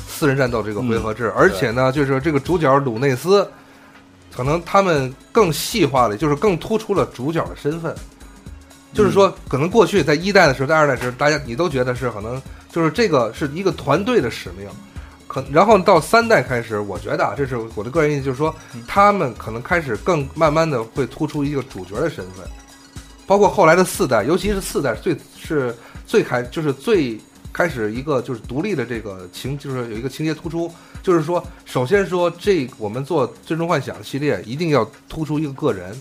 四人战斗这个回合
嗯
制，而且呢，就是这个主角鲁内斯，可能他们更细化了，就是更突出了主角的身份。就是
嗯
说，可能过去在一代的时候，在二代的时候，大家你都觉得是可能就是这个是一个团队的使命，可然后到三代开始，我觉得啊，这是我的个人意见，就是说
嗯
他们可能开始更慢慢的会突出一个主角的身份，包括后来的四代，尤其是四代最是最开就是最开始一个就是独立的这个情，就是有一个情节突出，就是说首先说这我们做《最终幻想》系列一定要突出一个个人，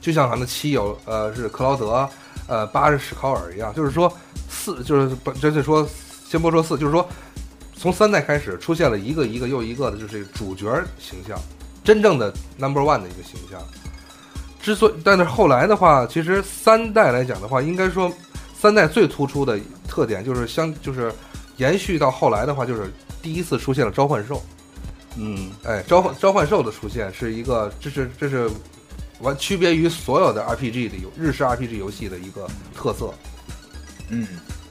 就像咱们七有呃是克劳德，呃八是史考尔一样，就是说四就是不就是说先不说四，就是说从三代开始出现了一个一个又一个的，就是主角形象，真正的 number one 的一个形象。之所以，但是后来的话，其实三代来讲的话，应该说三代最突出的特点就是相就是延续到后来的话，就是第一次出现了召唤兽。
嗯
哎，召唤召唤兽的出现是一个，这是这是完区别于所有的 RPG 的游日式 RPG 游戏的一个特色，
嗯，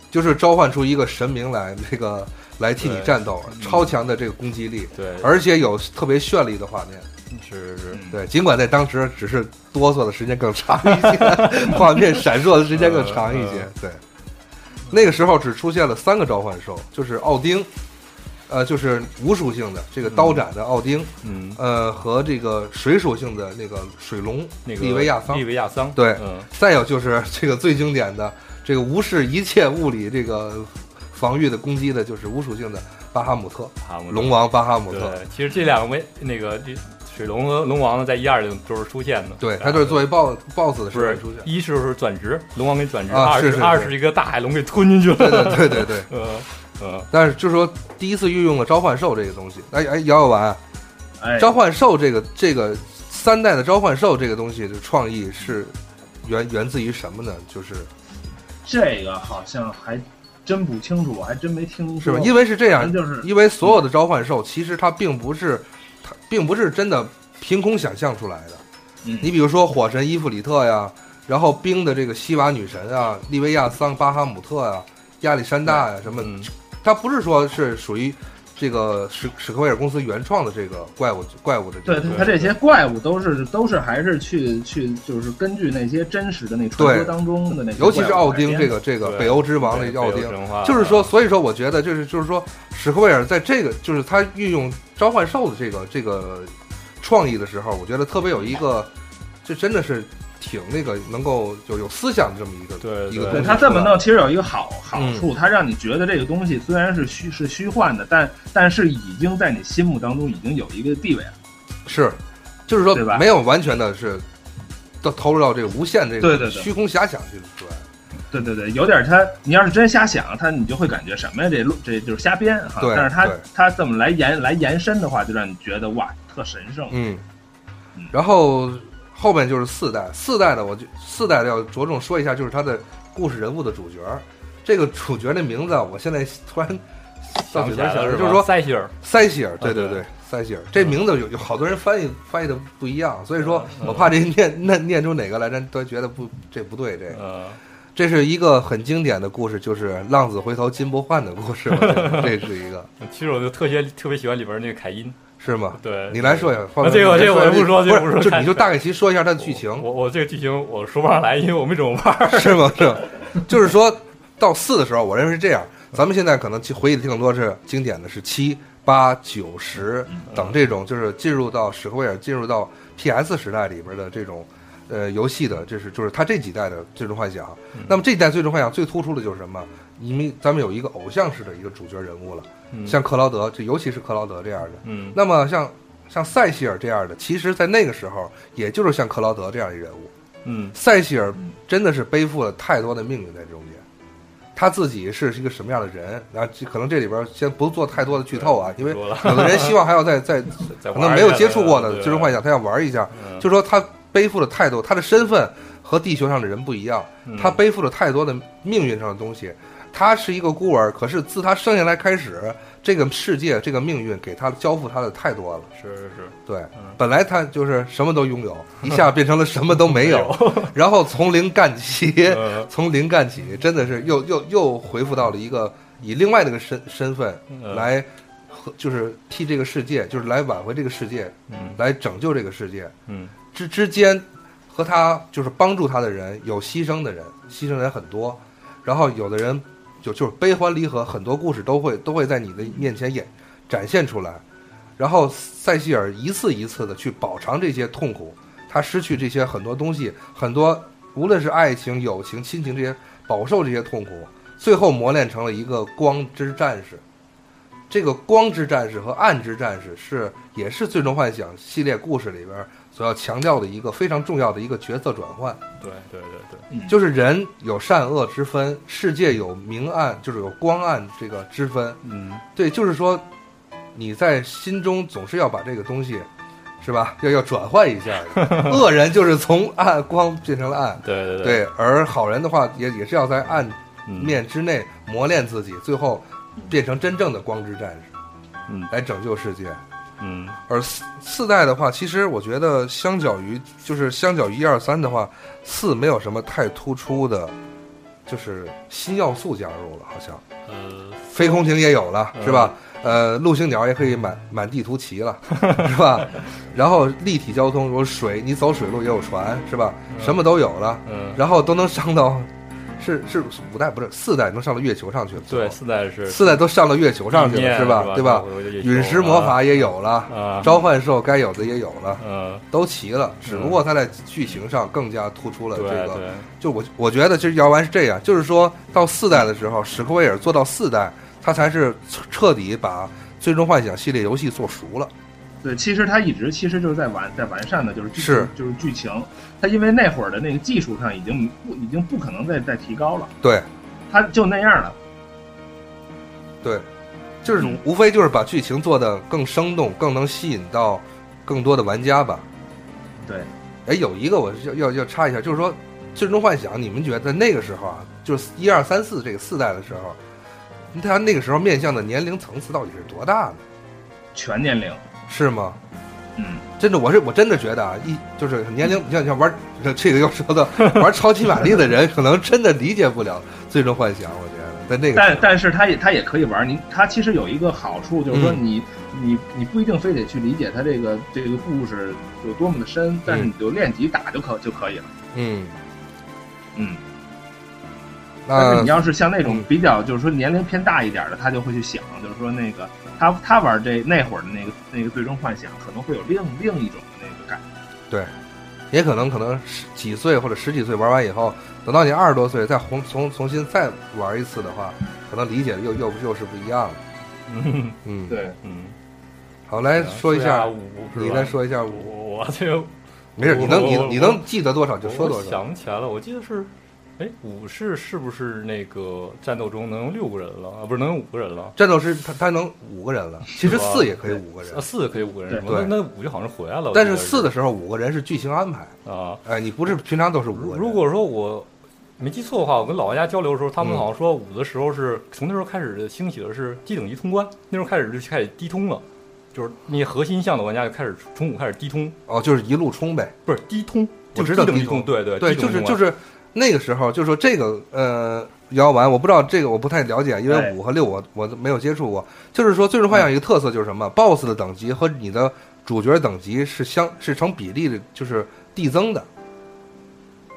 就是召唤出一个神明来，这个来替你
对嗯
战斗，超强的这个攻击力，
对，
而且有特别绚丽的画面。
是是是。
对，尽管在当时只是哆嗦的时间更长一些，画面闪烁的时间更长一
嗯
些。对，那个时候只出现了三个召唤兽，就是奥丁，呃，就是无属性的这个刀斩的奥丁，
嗯，
呃，和这个水属性的那个水龙
那个
利维亚桑
利，维亚桑，
对
嗯，
再有就是这个最经典的这个无视一切物理这个防御的攻击的，就是无属性的巴哈姆特
哈姆
龙王巴哈姆特。
对，其实这两位那个这水龙和龙王呢，在一二里都是出现的。啊
对，他就是作为 BOSS BOSS 的
不
时候
是
出现。
一是是转职，龙王给转职；
啊
二
是是
二是一个大海龙给吞进去
对
了。
对对对
嗯
对。
呃呃，
但是就是说第一次运用了召唤兽这个东西。哎哎，姚小婉，
哎，
召唤兽这个这个三代的召唤兽这个东西的创意是源源自于什么呢？就是
这个好像还真不清楚，我还真没听
是
说
吧？
过。
因为是这
反
样
正，就是
因为所有的召唤兽其实它并不是它并不是真的凭空想象出来的。
嗯
你比如说火神伊芙里特呀，然后冰的这个西瓦女神啊，利维亚桑巴哈姆特呀，亚历山大呀什么
嗯，
它不是说是属于这个史史克威尔公司原创的这个怪物怪物的这
对
个
他，他这些怪物都是都是还是去去，就是根据那些真实的那传说当中的那些怪物改编的，
尤其是奥丁这个这个
对
北欧之王
对
的奥
北
丁
欧，神话
就是说，，所以说我觉得就是就是说，史克威尔在这个就是他运用召唤兽的这个这个创意的时候，我觉得特别有一个，这真的是挺那个能够有有思想的这么一个
对
一个
对
东
对
西
他这么
出来嗯
弄，其实有一个好好处，他让你觉得这个东西虽然是虚是虚幻的，但但是已经在你心目当中已经有一个地位了。
是，就是说
对吧
没有完全的是都投入到这个无限这
对
个
对对
虚空遐想去出来。
对对对，有点他，你要是真瞎想，他你就会感觉什么呀？这路这就是瞎编哈。
对
但是他
对
他这么来延来延伸的话，就让你觉得哇，特神圣。
嗯
嗯，
然后后面就是四代，四代的我就四代的要着重说一下，就是他的故事人物的主角儿，这个主角的名字啊，我现在突然到
啊想
嘴
起
边
来
想
了
不
吧
就是说
塞西尔，
塞西尔，对
啊
对
对
对，塞西尔这名字有有好多人翻译翻译的不一样，所以说
嗯
我怕这念念念出哪个来，咱都觉得不这不对这。
呃，
这是一个很经典的故事，就是浪子回头金不换的故事。我觉得这 是一个，
其实我就特别特别喜欢里边那个凯因，
是吗？
对
你来说一下，放
啊这个
你来
这个我
一下
不说这个不
不
说
是，就
看
你就大概其说一下它的剧情，
我我这个剧情我说不上来，因为我没怎么 玩儿。
是吗？是吗，就是说到四的时候，我认为是这样。咱们现在可能记回忆的更多是经典的是七、八、九、十等这种，就是进入到史克威尔进入到 PS 时代里边的这种呃游戏的，这是就是它这几代的最终幻想。那么这一代最终幻想最突出的就是什么？因为咱们有一个偶像式的一个主角人物了，像克劳德，就尤其是克劳德这样的。
嗯，
那么像像塞西尔这样的，其实，在那个时候，也就是像克劳德这样的人物，
嗯
塞西尔真的是背负了太多的命运在中间。他自己是一个什么样的人？然后这可能这里边先不做太多的剧透啊，因为
多嗯了
有的人希望还要再 再可
在玩
能
儿
没
一
有
下
接触过的
对
《最终幻想》，他要玩一下，
嗯
就说他背负了太多，他的身份和地球上的人不一样，
嗯
他背负了太多的命运上的东西。他是一个孤儿，可是自他生下来开始，这个世界、这个命运给他交付他的太多了。
是是是，
对，
嗯
本来他就是什么都拥有，一下变成了什么都没 有，然后从零干起，
呃
从零干起，真的是又又又恢复到了一个以另外那个身身份
嗯
来和，就是替这个世界，就是来挽回这个世界，
嗯
来拯救这个世界
嗯
之之间，和他就是帮助他的人有牺牲的人，牺牲人很多，然后有的人就就是悲欢离合，很多故事都会都会在你的面前演展现出来。然后塞西尔一次一次的去饱尝这些痛苦，他失去这些很多东西，很多无论是爱情、友情、亲情这些，饱受这些痛苦，最后磨练成了一个光之战士。这个光之战士和暗之战士是也是《最终幻想》系列故事里边所要强调的一个非常重要的一个角色转换。
对对对对，
就是人有善恶之分，世界有明暗，就是有光暗这个之分。
嗯
对，就是说你在心中总是要把这个东西，是吧？要要转换一下的。恶人就是从暗光变成了暗，
对对
对，而好人的话也也是要在暗
嗯
面之内磨练自己，最后变成真正的光之战士，
嗯
来拯救世界。
嗯
而四四代的话，其实我觉得相较于就是相较于一二三的话，四没有什么太突出的，就是新要素加入了，好像
呃
飞空艇也有了，是吧？呃，陆行鸟也可以满
嗯
满地图骑了， 是吧？然后立体交通有水，你走水路也有船，是吧？什么都有了，
嗯，
然后都能上到，是是五代不是四代能上到月球上去了，
对，四代是
四代都上到月球上去
地
了，
面
是吧？对吧？？陨石魔法也有了，
啊，
召唤兽该有的也有了，
嗯，
都齐了。只不过它在剧情上更加突出了
对
这个。
对，
就我我觉得，其实摇完是这样，就是说到四代的时候，史克威尔做到四代，他才是彻彻底把《最终幻想》系列游戏做熟了。
对，其实它一直其实就是在完在完善的，就是剧情
是
就是剧情。它因为那会儿的那个技术上已经不已经不可能再再提高了，
对
它就那样了。
对，就是无非就是把剧情做得更生动，更能吸引到更多的玩家吧。
对，
哎，有一个我是要要要插一下，就是说《最终幻想》，你们觉得那个时候啊，就是一二三四这个四代的时候，他那个时候面向的年龄层次到底是多大呢？
全年龄，
是吗？
嗯，
真的，我是我真的觉得啊，一就是年龄，你像你像玩 这个要说 的玩超级玛丽的人，可能真的理解不了《最终幻想》，我觉得在那个时
但
候
但是它也它也可以玩儿。你它其实有一个好处，就是说
嗯
你、你你不一定非得去理解它这个这个故事有多么的深，但是你就练级打就可就可以了。
嗯
嗯，但是
那
你要是像那种
嗯
比较，就是说年龄偏大一点的，他就会去想，就是说那个他他玩这那会儿的那个那个最终幻想，可能会有另另一种那个感觉。
也可能可能十几岁或者十几岁玩完以后，等到你二十多岁再重重重新再玩一次的话，可能理解的又又又是不 一样了。
嗯
嗯，，
对，
嗯，
好，来啊说一下，
五，
你来说一下五，
我这个
没事，你能你
我
你能记得多少就说
我
多少。
想不起来了，我记得是，哎，武士是不是那个战斗中能用六个人了？啊，不是能用五个人了？
战斗师他他能五个人了，其实
是吧
四也可以五个人
啊，，四可以五个人是吗？
对
那那五就好像是回来了。我
但
记
是
得
四的时候五个人是剧情安排，
啊，
哎，你不是平常都是五
如
个人。
如果说我没记错的话，我跟老玩家交流的时候，他们
嗯
好像说五的时候是从那时候开始兴起的是低等级通关，那时候开始就开始低通了，就是那些核心项的玩家就开始从五开始低通，
哦，就是一路冲呗，
不是低通，
我
就
知道
低等
低
级通，
通
对对
对，
低
就
啊
等
是
级通
就是那个时候就说这个呃摇摇丸，我不知道这个我不太了解，因为
哎
五和六我我都没有接触过。就是说《最终幻想》一个特色就是什么、b o s s 的等级和你的主角等级是相是成比例的，就是递增的。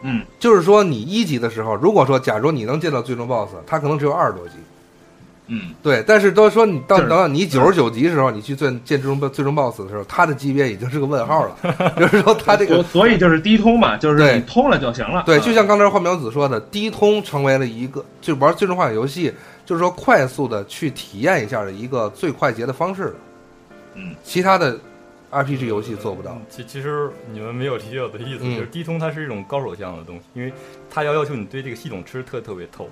嗯，
就是说你一级的时候，如果说假如你能见到最终 BOSS，他可能只有二十多级。
嗯，
对，但是都说你到
就是嗯
等到你九十九级的时候，你去最见最终最终 BOSS 的时候，他的级别已经是个问号了， 就是说他这个
所所以就是低通嘛，就是
对
你通了就行了。
对，
啊
就像刚才幻苗子说的，低通成为了一个就玩最终幻想游戏，就是说快速的去体验一下的一个最快捷的方式了。
嗯，
其他的 RPG 游戏做不到。
其其实你们没有理解我的意思，
嗯
就是低通它是一种高手项的东西，因为它要要求你对这个系统吃得特特别透。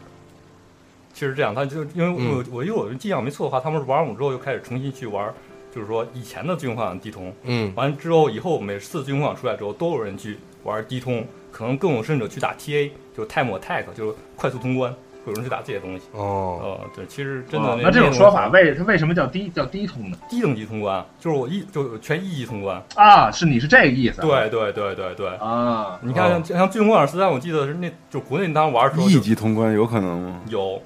其实这样，它就因为
嗯
我我因为我的印象没错的话，他们玩完我之后又开始重新去玩，就是说以前的《最终幻想》低通，
嗯
完了之后以后每次《最终幻想》出来之后，都有人去玩低通，可能更有甚者去打 TA，就是 Time Attack，就是快速通关，有人去打这些东西。
哦，
呃，对，其实真
哦
的
那这种说法
为
为它为什么叫低叫低通呢？
低等级通关，就是我一就是全一级通关。
啊，是你是这个意思啊？
对对对对对。
啊，
你看，像像《最终幻想十三》，我记得是那就国内当时玩的时候
一
就
级通关有可能吗？
有，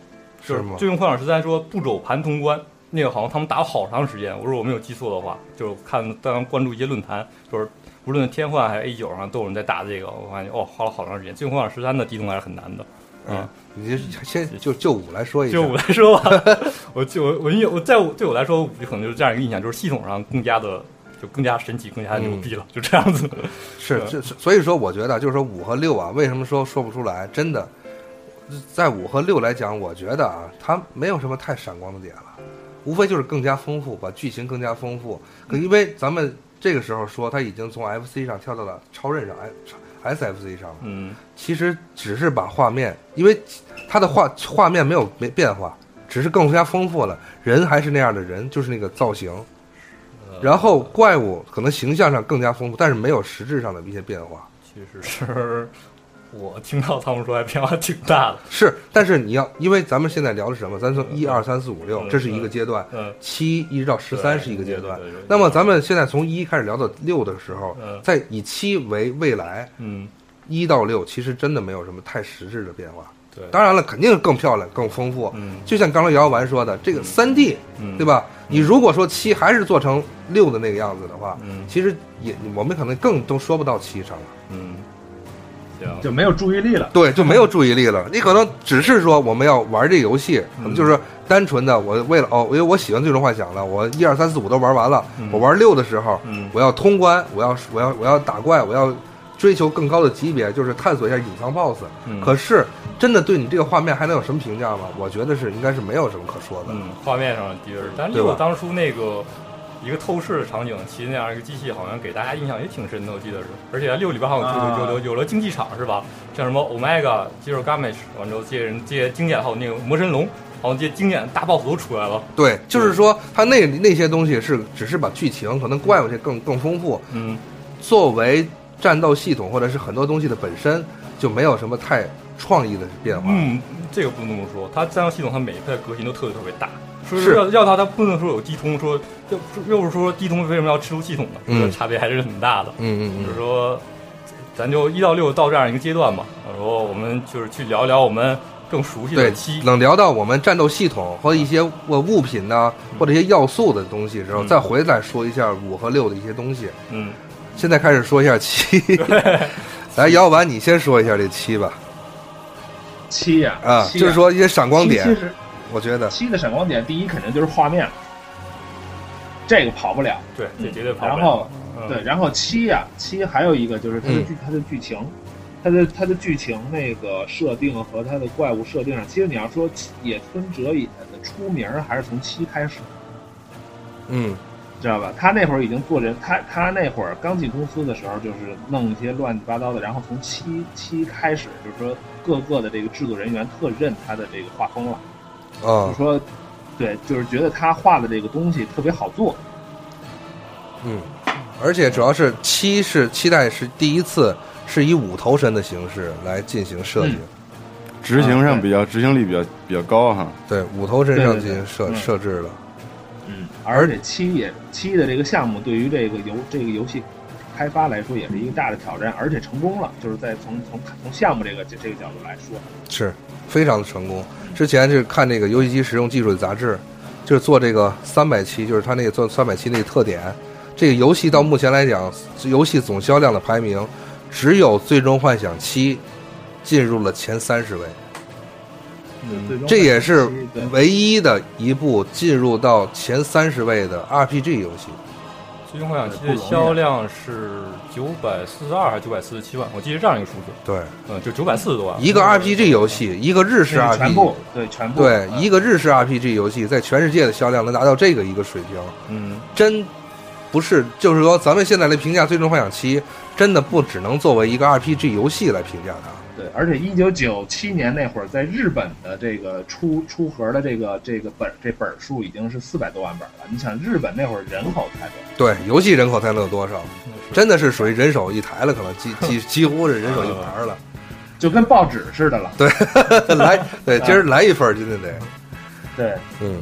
就是是
吗
《最终幻想十三》说不走盘通关，那个好像他们打了好长时间。我说我没有记错的话，就是看当关注一些论坛，就是无论天幻还是 A 九上都有人在打这个，我发现哦，花了好长时间。《最终幻想十三》的低通还是很难的。嗯，
你就先就就五来说一下
就。我来说吧， 我就我我我在我对我来说，我可能就是这样一个印象，就是系统上更加的就更加神奇，更加牛逼了，就这样子。
是
对
是，是所以说我觉得就是说五和六啊，为什么说说不出来？真的，在五和六来讲，我觉得啊，它没有什么太闪光的点了，无非就是更加丰富，把剧情更加丰富。可因为咱们这个时候说，它已经从 FC 上跳到了超任上，S SFC 上了，
嗯，
其实只是把画面，因为它的画画面没有没变化，只是更加丰富了。人还是那样的人，就是那个造型。
呃
然后怪物可能形象上更加丰富，但是没有实质上的一些变化。
其实是我听到他们说还变化挺大的。
是，但是你要，因为咱们现在聊的是什么？咱从
嗯
一二三四五六，
嗯
这是一个阶段，
嗯，
七一直到十三是一个阶段
对对对对。
那么咱们现在从一开始聊到六的时候
嗯，
在以七为未来，
嗯，
一到六其实真的没有什么太实质的变化。
对，
当然了，肯定是更漂亮、更丰富。
嗯
就像刚才姚瑶丸说的，这个三 D，、
嗯
对吧？你如果说七还是做成六的那个样子的话，
嗯
其实也我们可能更都说不到七上了。
嗯，行，
就没有注意力了。
对，就没有注意力了。你可能只是说我们要玩这游戏，
嗯
可能就是单纯的我为了哦，因为我喜欢最终幻想了，我一二三四五都玩完了，
嗯
我玩六的时候，
嗯
我要通关，我要我要我要打怪，我要追求更高的级别，就是探索一下隐藏 BOSS。
嗯
可是真的对你这个画面还能有什么评价吗？我觉得是应该是没有什么可说的。
嗯，画面上的敌人，但
对吧
六当初那个一个透视的场景，骑那样一个机器，好像给大家印象也挺深的，我记得是。而且六里边好像有
啊
有有有有了竞技场是吧？像什么 Omega、接受 Gamish，完之后这些人这些经典，还有那个魔神龙，好像这些经典大 BOSS 都出来了。
对，就是说它那那些东西是只是把剧情可能怪物这更更丰富，
嗯
作为战斗系统或者是很多东西的本身就没有什么太创意的变化。
嗯，这个不能这么说，它战斗系统它每一代革新都特别特别大。说
是
要要它，它不能说有低通，说又又是说低通为什么要吃出系统呢？
嗯
这差别还是很大的。
嗯
就是
嗯
说，咱就一到六到这样一个阶段吧。然后我们就是去聊一聊我们更熟悉
嗯，
的
对
七，。
等聊到我们战斗系统和一些物物品呐、或者一些要素的东西之后，
嗯
再回来说一下五和六的一些东西。
嗯，
现在开始说一下七，来，姚丸，你先说一下这七吧。
七呀，
啊，
七呀
就是说一些闪光
七其
点，
实
我觉得，
七的闪光点，第一肯定就是画面，这个跑不了。
对，这绝对跑
然
不了。
后
嗯
对，然后七呀，七还有一个就是它的剧，它的剧情，它的它的剧情那个设定和它的怪物设定上，其实你要说野村哲也的出名儿还是从七开始，
嗯
知道吧？他那会儿已经做人，他他那会儿刚进公司的时候，就是弄一些乱七八糟的，然后从七七开始，就是说各个的这个制作人员特认他的这个画风了，就
啊
是说，对，就是觉得他画的这个东西特别好做，
嗯，而且主要是七是期待是第一次是以五头身的形式来进行设计，
执行上比较执行力比较比较高哈。
对，五头身上进行
对
设
对对嗯
设置了。
嗯，而且七也七的这个项目对于这个游这个游戏开发来说也是一个大的挑战，而且成功了，就是在从从从项目这个这这个角度来说，
是非常的成功。之前是看那个游戏机使用技术的杂志，就是做这个三百期，就是它那个做三百期那个特点。这个游戏到目前来讲，游戏总销量的排名，只有《最终幻想七》进入了前三十位，
嗯，最终
这也是
对
唯一的一部进入到前三十位的 RPG 游戏。
最终幻想七的销量是九百四十二还是九百四十七万？我记得这样一个数字，
对，
啊
呃
嗯，就九百四十
啊
多万。
一个 RPG 游戏，一个日
这
式
是
RPG，
全部对全部
啊对，
嗯
一个日式 RPG 游戏在全世界的销量能达到这个一个水平，
嗯，
真不是，就是说咱们现在来评价《最终幻想七》，真的不只能作为一个 RPG 游戏来评价它。
对，而且一九九七年那会儿，在日本的这个出出盒的这个这个本这本数已经是四百多万本了。你想，日本那会儿人口才多，
对，游戏人口才能有多少？真嗯的是属于人手一台了，可能 几几几乎是人手一盘了。
就跟报纸似的了。
来，对，今儿来一份儿，今天得。
对，
嗯，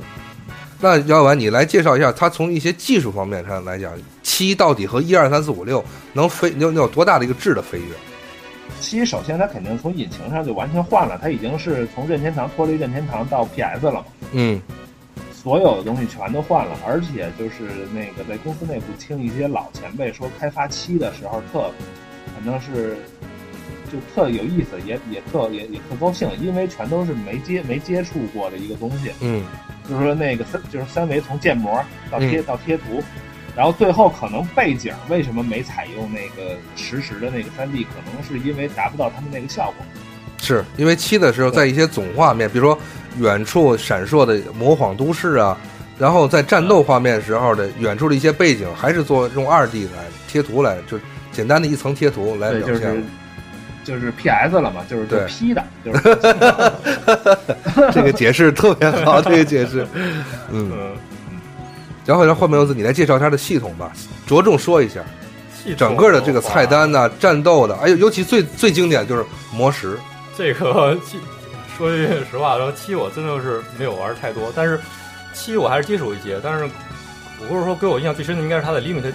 那姚婉，你来介绍一下，它从一些技术方面上来讲，七到底和一二三四五六能飞能能有多大的一个质的飞跃？
七首先它肯定从引擎上就完全换了，它已经是从任天堂脱离任天堂到 PS 了嘛，
嗯，
所有的东西全都换了。而且就是那个在公司内部听一些老前辈说，开发七的时候特，反正是就特有意思，也也特也也特高兴，因为全都是没接没接触过的一个东西。
嗯，
就是说那个三就是三维从建模到贴、到贴图，然后最后可能背景为什么没采用那个实时的那个三 D，可能是因为达不到他们那个效果。
是因为七的时候，在一些总画面，比如说远处闪烁的模仿都市啊，然后在战斗画面时候的远处的一些背景，还是做用二 D 来贴图来，就是简单的一层贴图来
对，
表
就
现。
是就是 PS 了嘛，就是就
对
P 的，就是
这个解释特别好，这个解 释，嗯。然后让换面游子，你来介绍它的系统吧，着重说一下整个的这个菜单呐、战斗的，哎呦，尤其最最经典的就是魔石，
这个 七，说句实话，然后七我真的是没有玩太多，但是七我还是接触一些。但是我或者说给我印象最深的应该是它的 limit，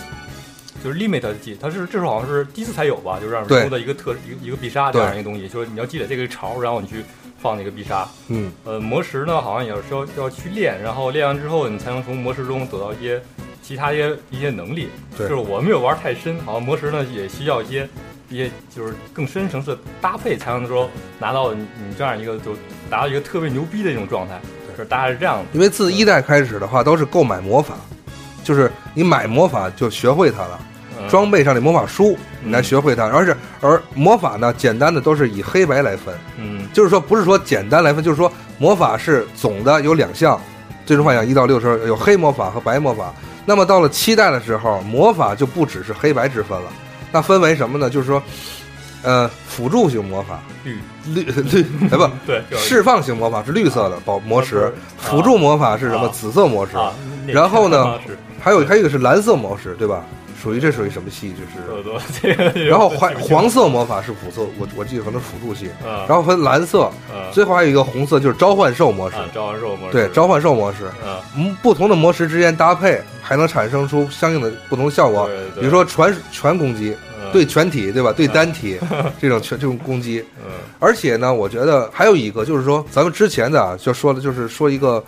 就是 limit 技，它是这是好像是第一次才有吧，就是让
对
人出的一个特一个一个必杀这样一个东西，就是你要积累这个潮，然后你去放那个必杀。
嗯，
呃，魔石呢好像也是要要去练，然后练完之后你才能从魔石中得到一些其他一些一些能力。
对
就是我没有玩太深，好像魔石呢也需要一些一些就是更深层次的搭配，才能说拿到你你这样一个就达到一个特别牛逼的一种状态。就是大概是这样的。
因为自一代开始的话都是购买魔法，就是你买魔法就学会它了，
嗯、
装备上的魔法书你来
嗯
学会它，而是而魔法呢，简单的都是以黑白来分，
嗯
就是说不是说简单来分，就是说魔法是总的有两项，最终幻想一到六时候有黑魔法和白魔法。那么到了七代的时候，魔法就不只是黑白之分了，那分为什么呢？就是说，呃，辅助型魔法
绿
绿绿哎不，
对嗯 就是
释放型魔法是绿色的宝魔石，
啊
辅助魔法是什么
啊
紫色魔石，
啊，那
然后呢
是
还有还有一个是蓝色魔石，对吧？属于这属于什么系？就
对
是，
对这个这个
然后
这个
黄
这个
黄色魔法是辅助，我我记得可能是辅助系，
啊，
然后分蓝色，
啊
最后还有一个红色，就是召唤兽模式。
啊召唤兽模式
对，召唤兽模式，
啊
嗯，不同的模式之间搭配，还能产生出相应的不同效果。
对对对
比如说全全攻击，
嗯
对全体，对吧？对单 体这种全这种攻击。
嗯
而且呢，我觉得还有一个就是说，咱们之前的啊，就说的就是说一个，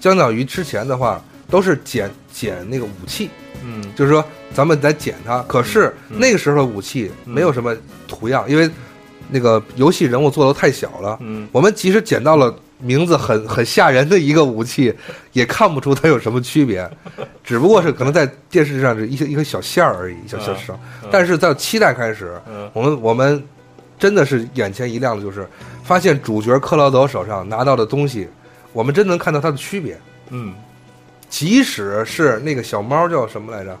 相当于之前的话都是捡捡那个武器，
嗯
就是说咱们得捡它。可是
嗯
那个时候的武器
嗯
没有什么图样，因为那个游戏人物做的太小了。
嗯
我们即使捡到了名字很很吓人的一个武器，也看不出它有什么区 别，只不过是可能在电视上是一些一个小线儿而已，小小小。但是在七代开始，
嗯
我们我们真的是眼前一亮的，就是发现主角克劳德手上拿到的东西，我们真能看到它的区别。
嗯
即使是那个小猫叫什么来着，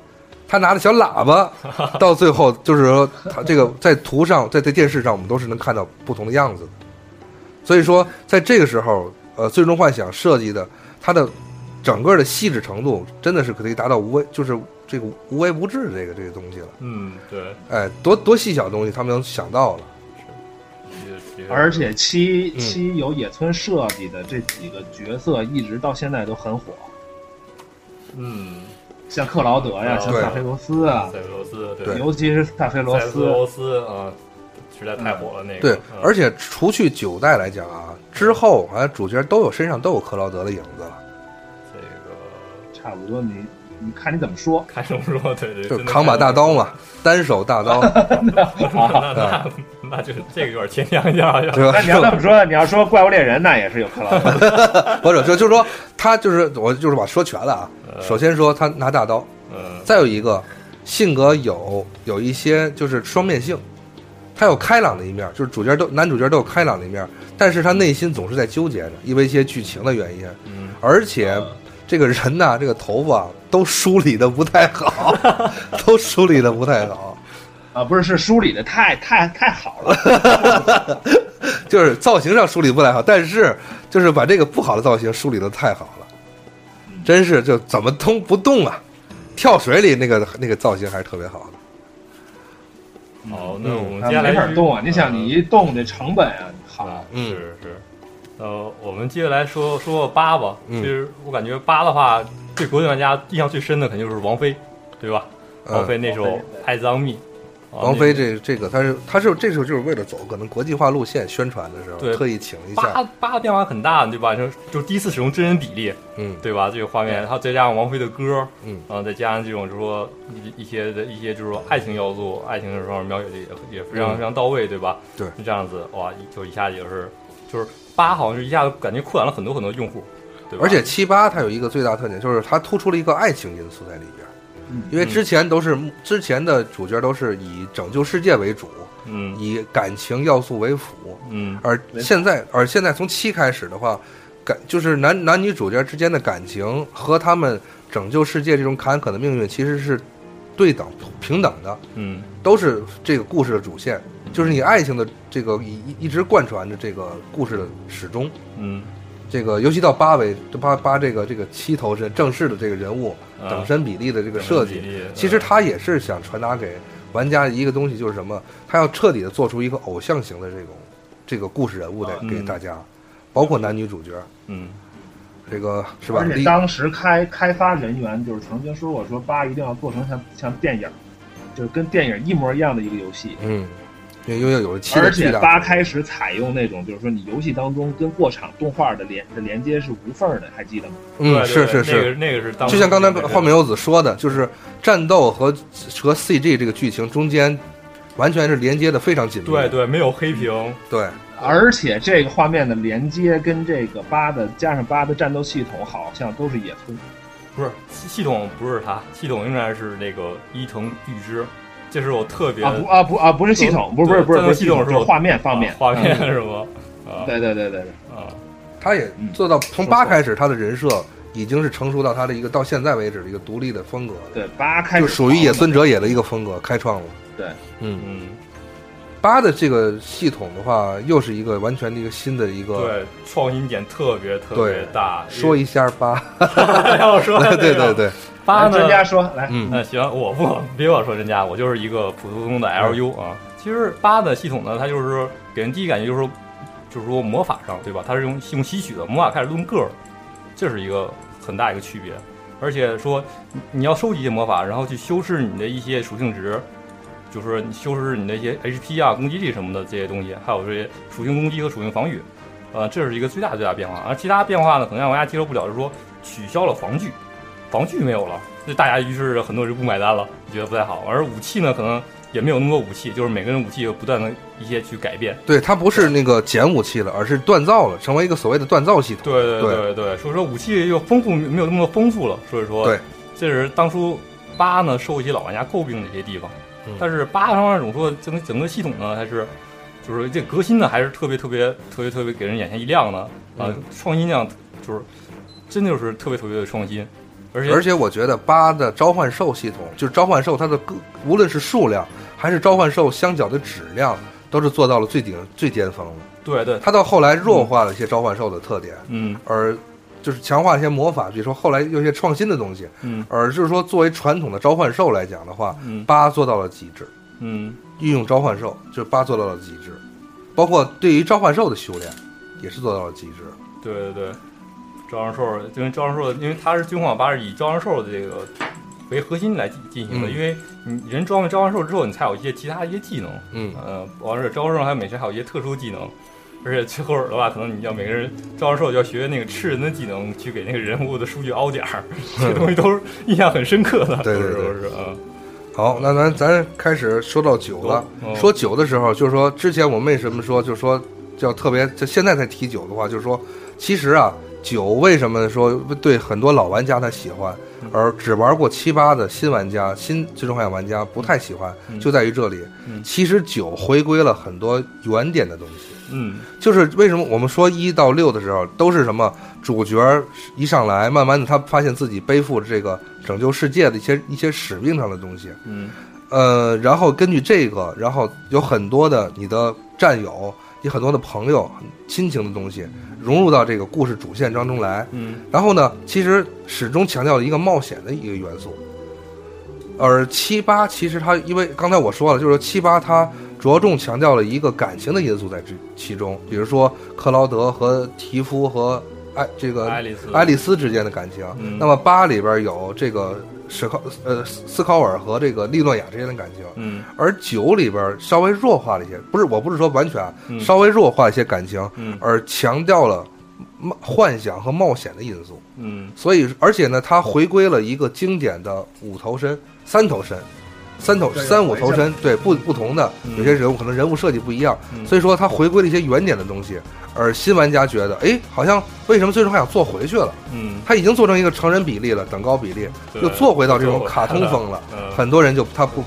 他拿着小喇 叭，到最后就是说，他这个在图上，在在电视上，我们都是能看到不同的样子的。所以说，在这个时候，呃，最终幻想设计的它的整个的细致程度，真的是可以达到无微，就是这个无微不至的这个这个东西了。
嗯对。
哎，多多细小的东西，他们能想到了。
也也
而且七
嗯
七有野村设计的这几个角色，一直到现在都很火。
嗯，
像克劳德呀，
啊
像萨菲罗斯啊，
塞维罗斯，对，
尤其是萨菲罗
塞维
斯，
罗斯啊，实在太火了那个。
对，
嗯
而且除去九代来讲啊，之后好像主角都有身上都有克劳德的影子了，
这个
差不多你你看你怎么 说，
看什么说，对对，
就
真的
扛把大刀嘛，单手大 刀，啊
看什么说，那那那就这个有点牵强一下，好像
对吧？
那你要这么说，你要说怪物猎人，那也是有克劳德，
或者说就是说他就是我就是把说全了啊。
呃
首先说他拿大刀，
嗯，
再有一个性格有有一些就是双面性，他有开朗的一面，就是主角都男主角都有开朗的一面，但是他内心总是在纠结着，因为一些剧情的原因，
嗯
而且。这个人呐、这个头发都梳理的不太 好，都梳理的不太好，
啊，不是是梳理的太太太好了，
就是造型上梳理不太好，但是就是把这个不好的造型梳理的太好了，真是就怎么通不动啊！跳水里那个那个造型还是特别好的。
好，那我们
啊
接下来嗯
没法动啊，
是
你想你一动这成本啊，好
嗯
啊，，是是，呃，我们接下来说说八吧。
嗯
其实我感觉八的话，对国内玩家印象最深的肯定就是王菲，对吧？
嗯
王菲那首
王
《爱藏蜜》，啊
王菲
那
这这个，他是他是这时候就是为了走可能国际化路线宣传的时候，
对
特意请了一
八
下，
八的变化很大，对吧？就就第一次使用真人比例，
嗯，
对吧？这个画面，然后再加上王菲的歌，
嗯，
然后再加上这种就是说一一些的一些就是说爱情要素，爱情这方面描写的也也非
嗯
常非常到位，对吧？
对
就这样子，哇，一就一下就是就是八，好像是一下子感觉扩展了很多很多用户，对吧？
而且七八它有一个最大特点，就是它突出了一个爱情因素在里边，因为之前都是之前的主角都是以拯救世界为主，
嗯
以感情要素为辅，
嗯
而现在而现在从七开始的话，感就是男男女主角之间的感情和他们拯救世界这种坎坷的命运其实是对等平等的，
嗯
都是这个故事的主线，就是你爱情的这个一一一直贯穿着这个故事的始终。
嗯，
这个尤其到八尾，这八八这个这个七头身正式的这个人物
啊
等身比例的这个设
等身比
计
例，
其实他也是想传达给玩家一个东西，就是什么？他要彻底的做出一个偶像型的这种这个故事人物的
嗯
给大家，包括男女主角，
嗯
这个是吧？
而且
李
当时开开发人员就是曾经说过，说八一定要做成像像电影，就是跟电影一模一样的一个游戏。
嗯，因为因为有了七的
而
巨
且
大，
八开始采用那种，就是说你游戏当中跟过场动画的连的连接是无缝的，还记得吗？
嗯，
对
是是
对那
是
个，那个是当
就像刚才画
面
面游子说的，就是战斗和和 CG 这个剧情中间完全是连接的非常紧密。
对对，没有黑屏，
对
而且这个画面的连接跟这个八的加上八的战斗系统好像都是野村，
不是系系统不是它，系统应该是那个伊藤裕之，这是我特别
啊不啊不啊不是系统，不是不是不是不
战斗
是
系统是
就是
我
画面方面
啊画面
嗯
是吗？啊
对对对对对，
啊，
他也做到从八开始，他的人设已经是成熟到他的一个到现在为止的一个独立的风格了，
对八开
就
始
属于野村哲也的一个风格开创了。
对，
嗯，
嗯，
八的这个系统的话，又是一个完全的一个新的一个，
对，创新点特别特别大。
说一下八，
要说这
对
个
对对对，
八
来
呢？
专家说来，
嗯
嗯，行，我不 别我说人家，我就是一个普普通通的 LU 啊。其实八的系统呢，它就是给人第一感觉就是说，就是说魔法上对吧？它是用用吸取的，魔法开始论个儿，这是一个很大一个区别。而且说你你要收集一些魔法，然后去修饰你的一些属性值，就是你修饰你的一些 HP 啊、攻击力什么的这些东西，还有这些属性攻击和属性防御，呃，这是一个最大最大变化。而其他变化呢，可能让玩家接受不了，就是说取消了防具，防具没有了，那大家于是很多人就不买单了，觉得不太好。而武器呢，可能也没有那么多武器，就是每个人武器有不断的一些去改变。
对，它不是那个减武器了，而是锻造了，成为一个所谓的锻造系统。
对对
对
对对，所以说武器又丰富，没有那么多丰富了。所以说，
对，
这是当初八呢受一些老玩家诟病的一些地方。
嗯
但是八方面总说整个整个系统呢，还是就是这革新呢，还是特别特别特别特别给人眼前一亮的啊
嗯，
创新量就是真的就是特别特别的创新，而且
而且我觉得八的召唤兽系统，就是召唤兽它的各，无论是数量还是召唤兽相较的质量，都是做到了最顶最巅峰了。
对对，
它到后来弱化了一些召唤兽的特点，
嗯
而就是强化一些魔法，比如说后来有一些创新的东西，
嗯
而就是说作为传统的召唤兽来讲的话，
嗯
八做到了极致，
嗯
运用召唤兽就是八做到了极致，包括对于召唤兽的修炼也是做到了极致。
对对对，招商兽，因为招商兽，因为它是军火吧，是以招商兽的这个为核心来进进行的，
嗯
因为你人装备召唤兽之后，你才有一些其他一些技能，
嗯，
呃，完事召唤兽还有每谁还有一些特殊技能，而且最后的话，可能你要每个人召唤兽要学那个吃人的技能，去给那个人物的数据凹点 儿，这东西都是印象很深刻的，
对对
是
对
不是啊？
好，那咱咱开始说到酒了。
嗯
啊说酒的时候，就是说之前我们为什么说，就是说叫特别，就现在才提酒的话，就是说，其实啊，酒为什么说对很多老玩家他喜欢，而只玩过七八的新玩家、新最终幻想玩家不太喜欢，就在于这里。其实酒回归了很多原点的东西。
嗯
就是为什么我们说一到六的时候都是什么主角一上来，慢慢的他发现自己背负着这个拯救世界的一些一些使命上的东西，
嗯
呃，然后根据这个，然后有很多的你的战友，你很多的朋友、亲情的东西融入到这个故事主线当中来，
嗯
然后呢，其实始终强调了一个冒险的一个元素。而七八其实它，因为刚才我说了，就是说七八它着重强调了一个感情的因素在之其中，比如说克劳德和提夫和爱这个
爱丽丝
爱丽丝之间的感情。
嗯
那么八里边有这个史考呃斯考尔和这个利诺亚之间的感情，
嗯
而九里边稍微弱化了一些，不是我不是说完全啊，
嗯
稍微弱化一些感情，
嗯
而强调了冒幻想和冒险的因素。
嗯
所以，而且呢，它回归了一个经典的五头身、三头身、三头
对
三五头身，对不不同的
嗯
有些人物可能人物设计不一样，
嗯
所以说它回归了一些原点的东西。而新玩家觉得，哎，好像为什么最终还想做回去了？
嗯，
他已经做成一个成人比例了，等高比例，
对
又做回到这种卡通风了。
嗯
很多人就他不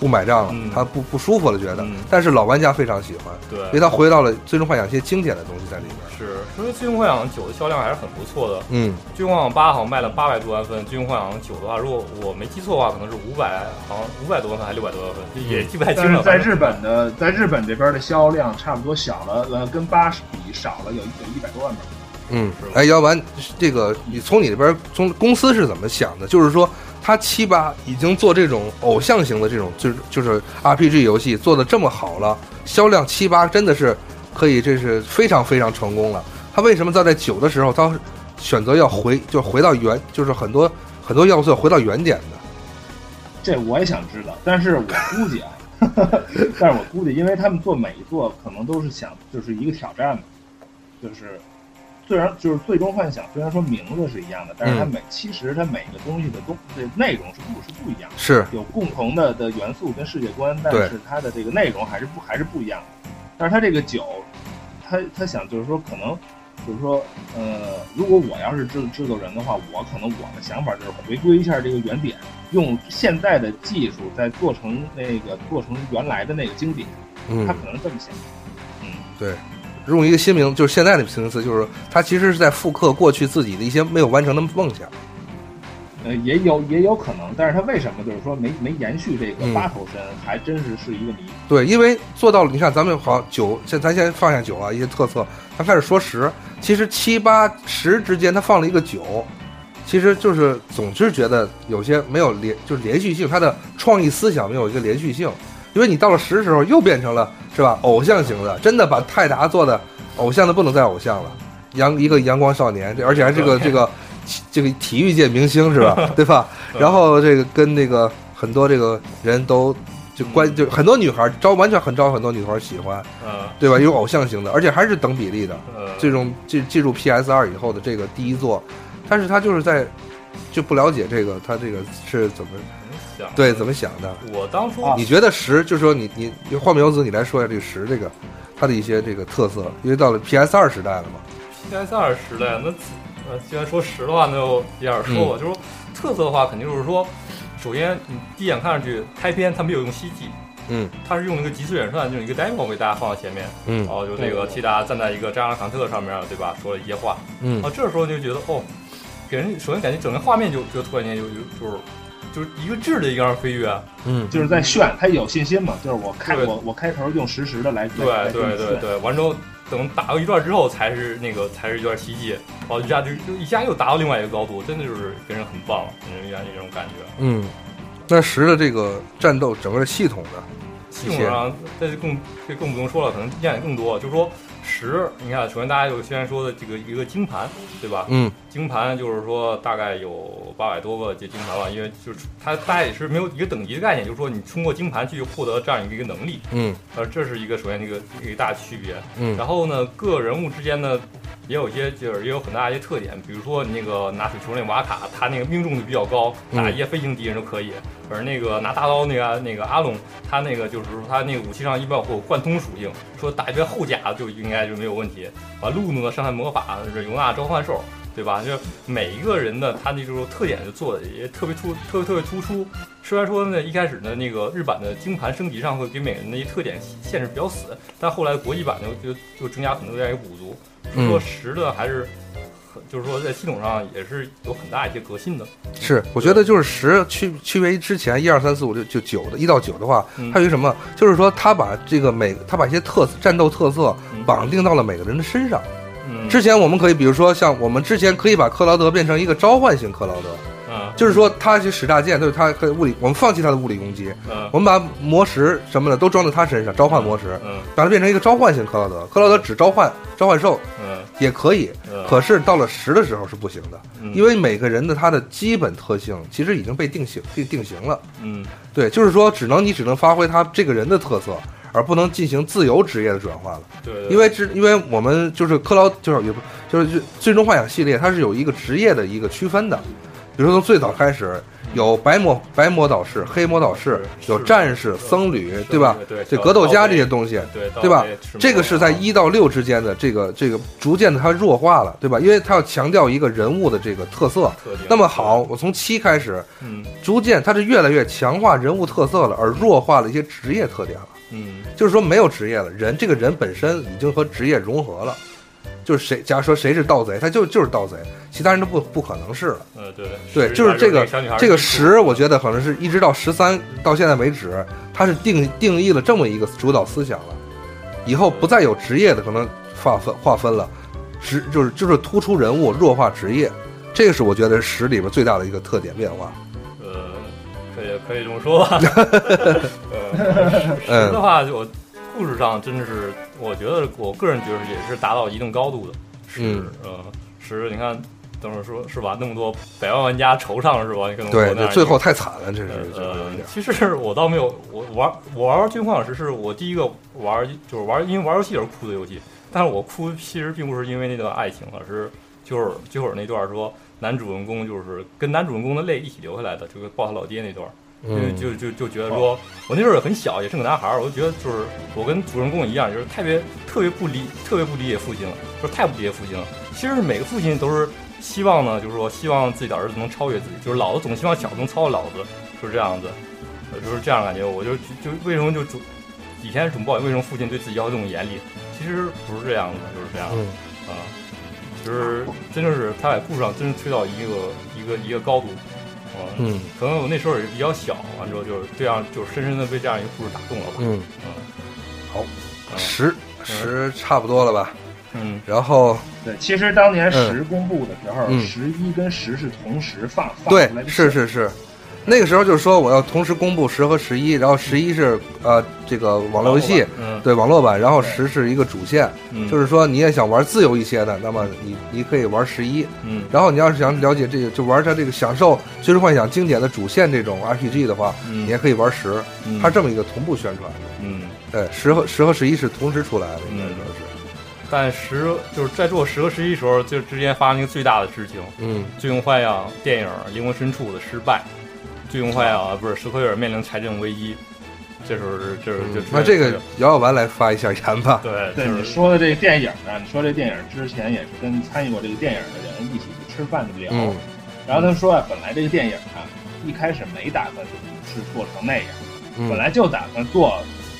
不买账了，
嗯
他不不舒服了，觉得。
嗯
但是老玩家非常喜欢，
对
因为。他回到了最终幻想一些经典的东西在里边。
是，因为《最终幻想九》的销量还是很不错的，
嗯，
《最终幻想八》好像卖了八百多万份，《最终幻想九》的话，如果我没记错的话，可能是五百，好像五百多万份还是六百多万份，就也记不太
嗯但
清
是
了。
在
反正
日本的，在日本这边的销量差不多小了，呃，跟八十比少了有有一百多万本。
嗯，哎，要不然这个你从你这边从公司是怎么想的？就是说，他七八已经做这种偶像型的这种，就是就是 RPG 游戏做的这么好了，销量七八真的是可以，这是非常非常成功了。他为什么在在九的时候，他选择要回，就回到原，就是很多很多要素要回到原点的？
这我也想知道，但是我估计啊，但是我估计，因为他们做每一座可能都是想就是一个挑战嘛，就是虽然就是最终幻想，虽然说名字是一样的，但是它
嗯
每、其实它每个东西的东的内容是不是不一样的，
是，
有共同的的元素跟世界观，但
对
是它的这个内容还是不还是不一样的。但是它这个酒，他他想就是说可能。就是说，呃，如果我要是制制作人的话，我可能我的想法就是回归一下这个原点，用现在的技术再做成那个做成原来的那个经典，
嗯
他，可能是这么想。
用一个新名，就是现在的新名词，就是他其实是在复刻过去自己的一些没有完成的梦想。
呃，也有也有可能，但是他为什么就是说没没延续这
嗯
个八头身，还真是是一个谜。
对，因为做到了，你看咱们好九，现咱先放下九啊，一些特色，咱开始说十。其实七八十之间，它放了一个九，其实就是总是觉得有些没有连，就是连续性，它的创意思想没有一个连续性。因为你到了十的时候，又变成了是吧？偶像型的，真的把泰达做的偶像的不能再偶像了，阳一个阳光少年，这而且还是个这个这个体育界明星是吧？对吧？然后这个跟那个很多这个人都就关就很多女孩招完全很招很多女孩喜欢，
嗯
对吧？有偶像型的，而且还是等比例的。
呃，
这种进进入 PS 二以后的这个第一作，但是他就是在就不了解这个他这个是怎么
想
对怎么想的。
我当初
你觉得十，就是说你你你换名子，你来说一下这个十这个它的一些这个特色，因为到了 PS 二时代了嘛。
PS 二时代，那呃，既然说实的话，那就一点儿说
嗯
吧。就是说特色的话，肯定就是说，首先你第一眼看上去开篇它没有用 CG，
嗯，
它是用那个极速演算，就是一个 demo 给大家放到前面，
嗯
然后就那个替大家站在一个扎拉坎特上面，对吧？说了一些话，
嗯
啊，这时候就觉得哦，给人首先感觉整个画面就就突然间就就就是就是一个质的一样飞跃，啊
嗯
就是在炫，他有信心嘛？就是我开
对
我我开头用实时的来
对
来来
对
这么
对
炫
对，完之后等打过一段之后才是那个才是有点奇迹，然后一下就就一下又达到另外一个高度，真的就是给人很棒，给人一下这种感觉。
嗯，那十的这个战斗整个系统呢，
系统上这就更这更不用说了，可能亮点更多。就是说十，你看，首先大家有先说的这个一个金盘，对吧？
嗯，
金盘就是说大概有八百多个这金盘吧，因为就是它大家也是没有一个等级的概念，就是说你通过金盘去获得这样一个能力，
嗯
呃，这是一个首先一个一个大区别。
嗯
然后呢，各人物之间呢，也有一些就是也有很大一些特点，比如说你那个拿水球那瓦卡，他那个命中率比较高，
嗯
打一些飞行敌人都可以。而那个拿大刀那个那个阿龙，他那个就是说他那个武器上一般会有贯通属性，说打一遍后甲就应该就没有问题。完路怒呢，伤害魔法，就是尤娜召唤兽。对吧？就是每一个人呢，他那就是特点就做的也特别突，特别特别突出。虽然说呢，一开始呢，那个日版的金盘升级上会给每个人的一特点限制比较死，但后来国际版就就就增加很多这样一个补足，
嗯
说实的还是很，就是说在系统上也是有很大一些革新的。
是，我觉得就是十区区别于之前一二三四五六就九的一到九的话，
嗯
它有一什么？就是说他把这个每他把一些特战斗特色绑定到了每个人的身上。
嗯，
之前我们可以比如说像我们之前可以把克劳德变成一个召唤型克劳德，
嗯
就是说他去使大剑，就是他可以物理，我们放弃他的物理攻击，
嗯
我们把魔石什么的都装在他身上，召唤魔石，
嗯
把它变成一个召唤型克劳德。克劳德只召唤召唤兽
嗯
也可以，
嗯，
可是到了十的时候是不行的，
嗯
因为每个人的他的基本特性其实已经被定型定定型了。
嗯
对，就是说，只能你只能发挥他这个人的特色，而不能进行自由职业的转化了。
对，对
因为之，因为我们就是克劳，就是也不就是最最终幻想系列，它是有一个职业的一个区分的。比如说从最早开始有白魔白魔导士、黑魔导士，
是
有
是
战士、僧侣，对吧？
对
这格斗家这些东西，
对
对吧？这个是在
一
一到六之间的这个这个逐渐的它弱化了，对吧？因为它要强调一个人物的这个特色。
特定
那么好，，我从七开始，
嗯
逐渐它是越来越强化人物特色了，而弱化了一些职业特点了。
嗯
就是说没有职业了，人这个人本身已经和职业融合了。就是谁，假如说谁是盗贼，他就就是盗贼，其他人都不不可能是了。
呃对
对，
是
就是这
那
个
小女孩
这个
是
十，我觉得可能是一直到十三到现在为止，它是定定义了这么一个主导思想了，以后不再有职业的可能划分划分了，职就是就是突出人物，弱化职业，这个是我觉得十里边最大的一个特点变化。
呃，可以可以这么说吧。呃，实
嗯
的话，我故事上真的是，我觉得我个人觉得也是达到一定高度的。是，
嗯
呃，是，你看，等会儿说是吧？那么多百万玩家惆怅是吧？你可能
对
我那
对，
儿
最后太惨了，这是这个有
呃
点，
其实我倒没有，我玩我玩《军幻史》是我第一个玩，就是玩，因为玩游戏而哭的游戏。但是我哭其实并不是因为那段爱情，而是就是最后那段说男主人公就是跟男主人公的泪一起流下来的，就是抱他老爹那段。
嗯
呃就就就就觉得说，我那时候也很小，也是个男孩儿，我就觉得就是我跟主人公一样，就是特别特别不理特别不理解父亲了，就是太不理解父亲了。其实每个父亲都是希望呢，就是说希望自己的儿子能超越自己，就是老子总希望小子能超越老子，就是这样子，呃就是这样感觉。我就就为什么就主以前主抱怨为什么父亲对自己要求这么严厉，其实不是这样的，就是这样的
嗯
啊。就是，真的是他在故事上真是推到一个一个一个高度，啊，
嗯
可能我那时候也比较小，完之后就是这样，就是深深的被这样一个故事打动了吧。
嗯，好，十十差不多了吧？
嗯
然后
对，其实当年
嗯
十公布的时候，
嗯
十一跟十是同时放放
对
出来，的，
是是是，那个时候就是说我要同时公布十和十一，然后十一是呃这个网络游戏，
嗯
对网络版，然后十是一个主线，
嗯，
就是说你也想玩自由一些的，那么你你可以玩十一，
嗯
然后你要是想了解这个就玩它这个享受《最终幻想》经典的主线这种 RPG 的话，你
嗯
也可以玩十，
嗯
它这么一个同步宣传，
嗯，
对十和十和十一是同时出来的，应该说是，
但十就是在做十和十一时候，就之间发生一个最大的事情，
嗯
《最终幻想》电影《灵魂深处》的失败，《最终幻想》啊不是史奎尔面临财政危机，这时候是这时候
嗯
就出现
那
了
这个姚小完来发一下言吧，
对
对
就
你
是
说的这个电影啊，你说这电影之前也是跟参与过这个电影的人一起去吃饭聊，
嗯
然后他说啊，本来这个电影啊一开始没打算是做成那样，本
嗯
来就打算做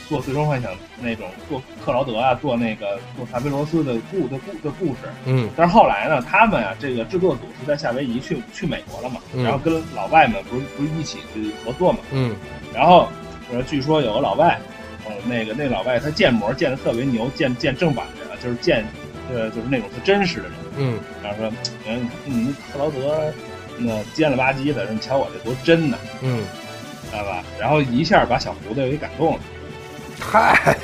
做最终幻想那种做克劳德啊，做那个做查菲罗斯的故的故的故事，
嗯
但是后来呢，他们啊，这个制作组是在夏威夷去去美国了嘛，
嗯
然后跟老外们不是不是一起去合作嘛，
嗯
然后呃，据说有个老外，呃，那个那老外他建模建的特别牛，建建正版的，就是建呃就是那种特真实的人，
嗯
然后说，嗯，你们克劳德啊那尖了吧唧的，说你瞧我这多真呢，
嗯
知道吧？然后一下把小胡子给感动了，
嗨，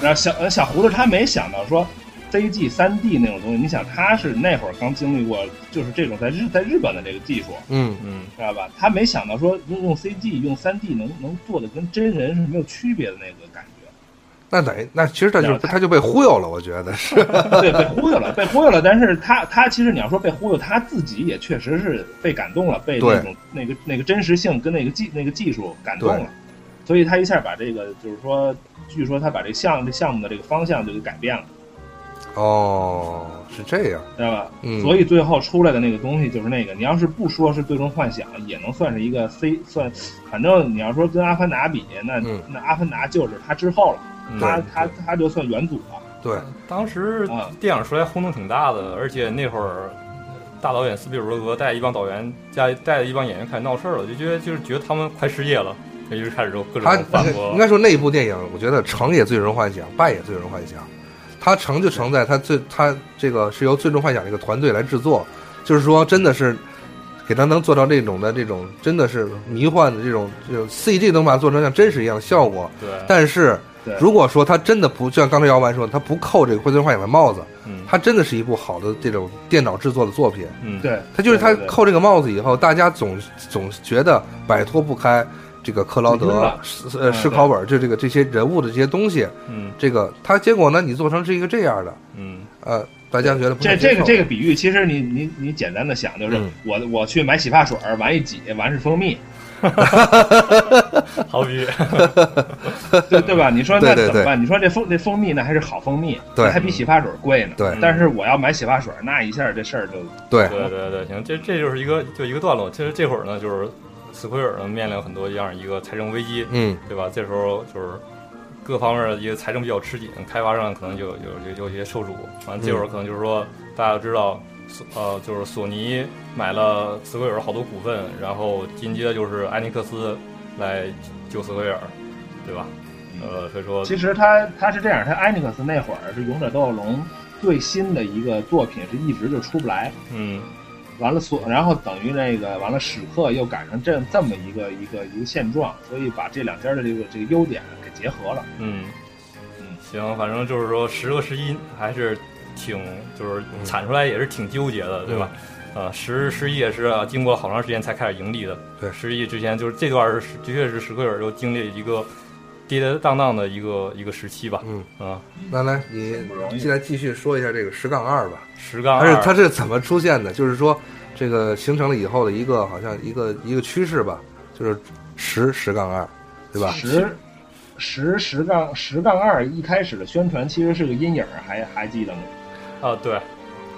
然后小呃小胡子他没想到说 CG 三 D 那种东西，你想他是那会儿刚经历过，就是这种在日在日本的这个技术，
嗯，
知道吧？他没想到说用用 CG 用三 D 能能做的跟真人是没有区别的那个感觉，
那等于那其实他就是他就被忽悠了，我觉得是。
对，被忽悠了，被忽悠了。但是他他其实你要说被忽悠，他自己也确实是被感动了，被那
对
种那个那个真实性跟那个技那个技术感动
对
了，所以他一下把这个就是说，据说他把这项这项目的这个方向就给改变了。
哦，是这样，
知道吧？
嗯
所以最后出来的那个东西就是那个，你要是不说是最终幻想，也能算是一个 C 算，反正你要说跟阿凡达比，那、
嗯
那阿凡达就是它之后了，它它它就算元祖了
对，
当时
啊。
电影出来轰动挺大的，而且那会儿大导演斯皮尔伯格带一帮导员加带一帮演员开始闹事儿了，就觉得就是觉得他们快失业了，就一直开始就各种
他
反
应
驳。
该说那一部电影，我觉得成也最终幻想，败也最终幻想。它成就成在它最它这个是由最终幻想这个团队来制作，就是说真的是给它能做到这种的这种真的是迷幻的这种这种 CG 能把它做成像真实一样的效果。
对，
但是
对
如果说它真的不就像刚才姚完说，的，它不扣这个最终幻想的帽子，
嗯
它真的是一部好的这种电脑制作的作品。
嗯，
对，
他就是他
对对对
扣这个帽子以后，大家总总觉得摆脱不开这个克劳
嗯
德
了、
斯呃
嗯
史考本就这个这些人物的这些东西，
嗯
这个他结果呢，你做成是一个这样的，
嗯，
呃，大家觉得不
这
太
这个
接
这个比喻，其实你你你简单的想，就是
嗯
我、我去买洗发水，完一挤，完是蜂蜜，
好比
对对吧？你说那
对对
怎么办？你说这蜂这蜂蜜那还是好蜂蜜，
对嗯
还比洗发水贵呢。
对嗯
但是我要买洗发水，那一下这事儿就
受对
对对对，行，这这就是一个就一个段落。其实这会儿呢，就是斯奎尔呢面临很多这样一个财政危机，
嗯
对吧？这时候就是各方面的一个财政比较吃紧，开发商可能就有有有有些受阻。完，这会儿可能就是说，大家都知道，索呃，就是索尼买了斯奎尔好多股份，然后紧接着就是埃尼克斯来救斯奎尔，对吧？呃，所以说，
其实他他是这样，他艾尼克斯那会儿是《勇者斗恶龙》最新的一个作品，是一直就出不来。
嗯
完了所，然后等于那个完了，史克又赶上这这么一个一个一个现状，所以把这两家的这个这个优点给结合了。
嗯嗯，行，反正就是说十个十一还是挺就是
嗯
产出来也是挺纠结的，对吧？呃，十十一也是啊，经过了好长时间才开始盈利的。
对
十一之前就是这段是的确是史克尔又经历一个跌跌宕宕的一个一个时期吧。
嗯，
啊，
那来你现在继续说一下这个十杠二吧，
十杠
它是
二，
它是怎么出现的？就是说这个形成了以后的一个好像一个一个趋势吧，就是十十杠二，对吧？
十十十杠十杠二一开始的宣传其实是个阴影，还还记得吗？
啊，对，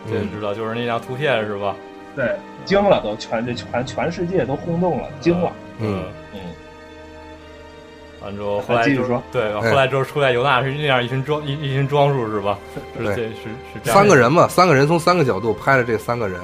嗯
这
嗯
知道就是那张图片是吧？
对，惊了都，全这全全世界都轰动了，惊了。
嗯，
嗯，
呃完之后，后来
继续
就是
说
对，后
哎
来之后出来尤娜是那样一身装一一身装束是吧？是
对
这是是这样
三个人嘛，三个人从三个角度拍了这三个人，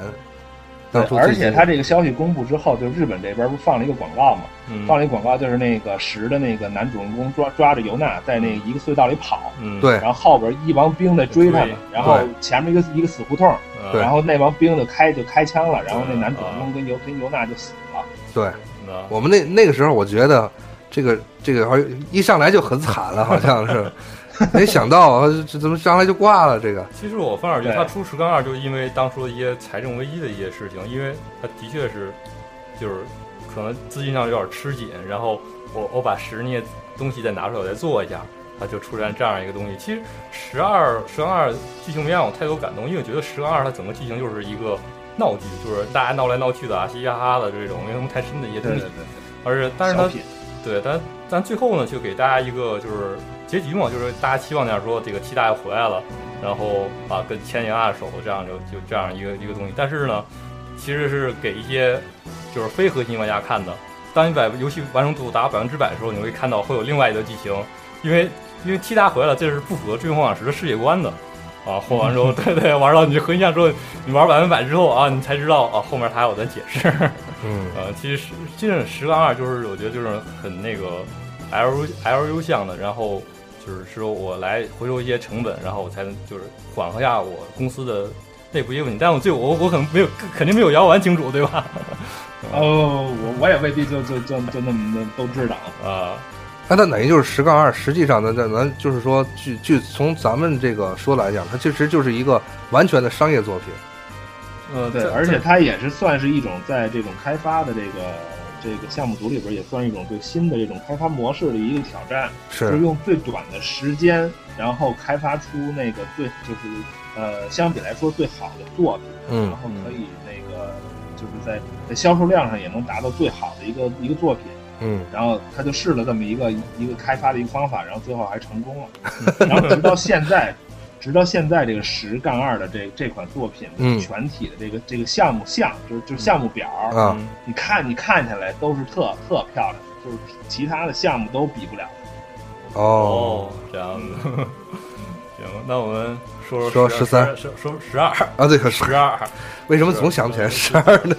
对
呃
当初
而
最
且
近
他这个消息公布之后，就日本这边不放了一个广告嘛？
嗯
放了一广告，就是那个十的那个男主人公抓抓着尤娜在那一个隧道里跑，
嗯
对
然后后边一帮兵在追他们
追，
然后前面一个一个死胡同，
嗯
对
然后那帮兵就开就开枪了，然后那
嗯
男主人公跟尤跟尤娜就死了。
对。
那
我们那那个时候，我觉得这个这个好像一上来就很惨了，好 像是没想到啊，这怎么上来就挂了？这个
其实我反而觉得
对
他出十杠二，就是因为当初的一些财政危机的一些事情，因为他的确是，就是可能资金上有点吃紧，然后我我把十那些东西再拿出来我再做一下，他就出现这样一个东西。其实十二十杠二剧情没让我太多感动，因为我觉得十杠二它整个剧情就是一个闹剧，就是大家闹来闹去的啊，嘻嘻哈哈的这种，没什么太深的一些东西。
对，
而且但是它
小品
对，但但最后呢，就给大家一个就是结局嘛，就是大家期望点说这个七大爷回来了，然后把跟牵羊啊手这样就就这样一个一个东西。但是呢，其实是给一些就是非核心玩家看的。当你把游戏完成度达百分之百的时候，你会看到会有另外一个剧情，因为因为七大爷回来了，这是不符合《最终幻想十》的世界观的。啊，混完之后， 对对，玩到你回想之后，你玩百分百之后啊，你才知道啊，后面它还有的解释。
嗯，
呃，其实十这种十杠二就是我觉得就是很那个 L L U 向的，然后就是说我来回收一些成本，然后我才能就是缓和一下我公司的内部一些问题。但我最我我可能没有肯定没有姚完清楚，对吧？
哦，我我也未必就就就就那么那么都知道。
啊、
那它等于就是十杠二，实际上呢，咱咱就是说，据据从咱们这个说来讲，它其实就是一个完全的商业作品。
呃，
对，
这
而且
这
它也是算是一种在这种开发的这个这个项目组里边，也算是一种对新的这种开发模式的一个挑战，就是
是，
用最短的时间，然后开发出那个最就是呃相比来说最好的作品，
嗯
然后可以那个就是在在销售量上也能达到最好的一个一个作品。
嗯，
然后他就试了这么一个一个开发的一个方法，然后最后还成 功了。然后直到现在，直到现在这个十杠二的这这款作品
嗯
全体的这个这个项目项，就是就是项目表儿
啊
嗯你看你看下来都是特特漂亮，就是其他的项目都比不了。
哦，
哦，这样子。 行，那我们说
说
十
13
说说十二，
啊，对，可是
十二，
为什么总想不起来十二呢？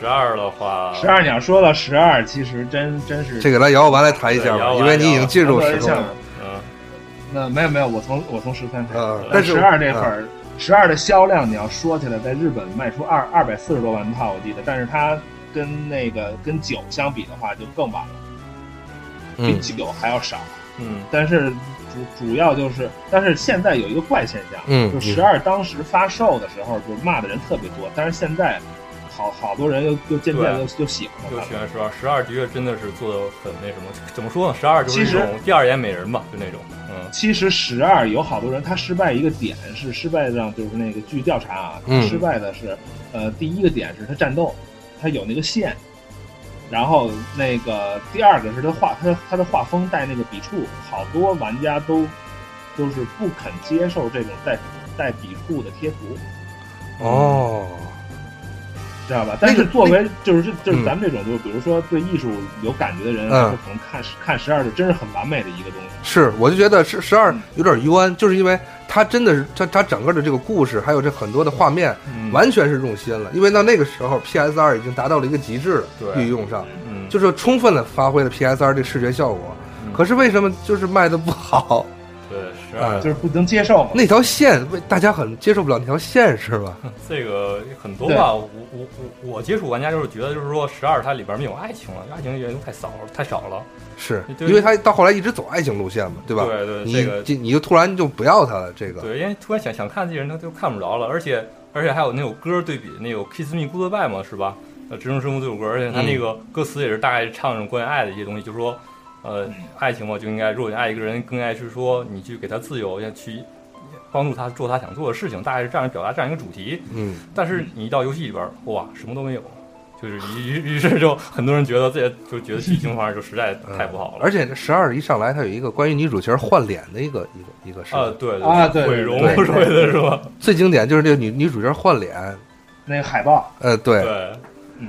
十二的话，
十二鸟说到十二，其实真真是
这个来姚完来谈一下
对姚
吧，
完
因为你已经进入
姚完
时空了。
嗯，
呃那没有没有，我从我从十三开始
呃，但是
十二这会儿，十二的销量你要说起来，在日本卖出二二百四十多万套，我记得，但是它跟那个跟九相比的话，就更晚了，比
呃
嗯
九还要少。
嗯，
但是主主要就是，但是现在有一个怪现象，
嗯
就
嗯
十二当时发售的时候，就骂的人特别多，但是现在好好多人又又渐渐
对
就就喜欢
就
了
喜。欢十二，十二的确真的是做的很那什么，怎么说呢？十二就是
其
一
实
种第二眼美人吧，就那种，嗯，
其实十二有好多人，他失败一个点是失败让就是那个据调查啊，
嗯
失败的是，呃，第一个点是他战斗，他有那个线，然后那个第二个是他画他他的画风带那个笔触，好多玩家都都是不肯接受这种带带笔触的贴图，
哦，
知道吧？但是作为就是就是
嗯
咱们这种就比如说对艺术有感觉的人，
嗯
就可能看看十二就真是很完美的一个东西。
是，我就觉得十十二
嗯
有点冤，就是因为它真的是它它整个的这个故事，还有这很多的画面，
嗯
完全是用心了。因为到那个时候，PS 二已经达到了一个极致了，
对
运用上
嗯
就是充分的发挥了 PS 二这视觉效果。可是为什么就是卖的不好？
对，十
啊
二
就是不能接受嘛，
那条线为大家很接受不了那条线是吧？
这个很多吧，我我我我接触玩家就是觉得，就是说十二它里边没有爱情了，爱情元素太少了太少了。
是
对
因为他到后来一直走爱情路线嘛，对吧？
对对
你
这个
这你就突然就不要他了，这个
对，因为突然想想看这些人，他就看不着了，而且而且还有那首歌对比，那个 Kiss Me Goodbye 嘛，是吧？呃，直升生活这首歌，而且他那个歌词也是大概唱这种关于爱的一些东西，就是说，呃，爱情嘛就应该，如果你爱一个人，更应该是说你去给他自由，要去帮助他做他想做的事情，大概是这样表达这样一个主题。
嗯，
但是你一到游戏里边儿，哇，什么都没有，就是于于于是就很多人觉得这就觉得剧情方式就实在太不好了。
嗯
啊
而且这十二一上来，它有一个关于女主角换脸的一个一个一个事
啊，
情，
对
啊对
毁
对
容
对
所谓的是吧？
最经典就是这个女女主角换脸，
那个海报，
呃，对，
对，呃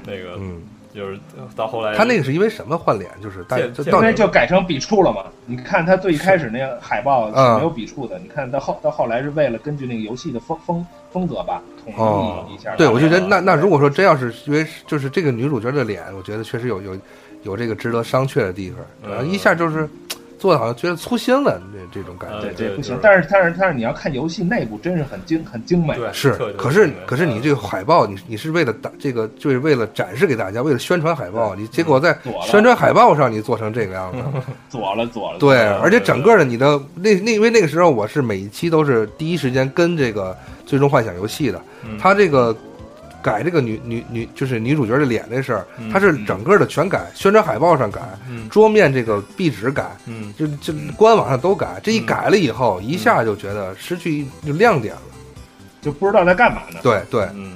那个
嗯，
就是到后来
她那个是因为什么换脸？就是大
这
就
这
到
因
底
为就改成笔触了嘛。你看他最一开始那个海报
嗯
是没有笔触的，你看到后到后来是为了根据那个游戏的风风风格吧，
哦
统一一下。
对，我就
呃
觉得那那如果说真要是因为就是这个女主角的脸，我觉得确实有有有这个值得商榷的地方，然
嗯
后一下就是做的好像觉得粗心了，这这种感觉
对
嗯
这不行
对对。
但是但是但是你要看游戏内部，真是很精很精美。
对
是
特别，
可是
特别
可是你这个海报，你你是为了打这个，就是为了展示给大家，为了宣传海报，
嗯
你结果在
躲了
宣传海报上你做成这个样子，
左了左了。
对，
对
而且整个的你的那那因为那个时候我是每一期都是第一时间跟这个《最终幻想》游戏的，
嗯
他这个改这个女女女就是女主角的脸这事儿，
嗯
他是整个的全改，宣传海报上改，
嗯
桌面这个壁纸改，
嗯
就就官网上都改，这一改了以后，一下就觉得失去一就亮点了，
就不知道在干嘛呢。
对对。
嗯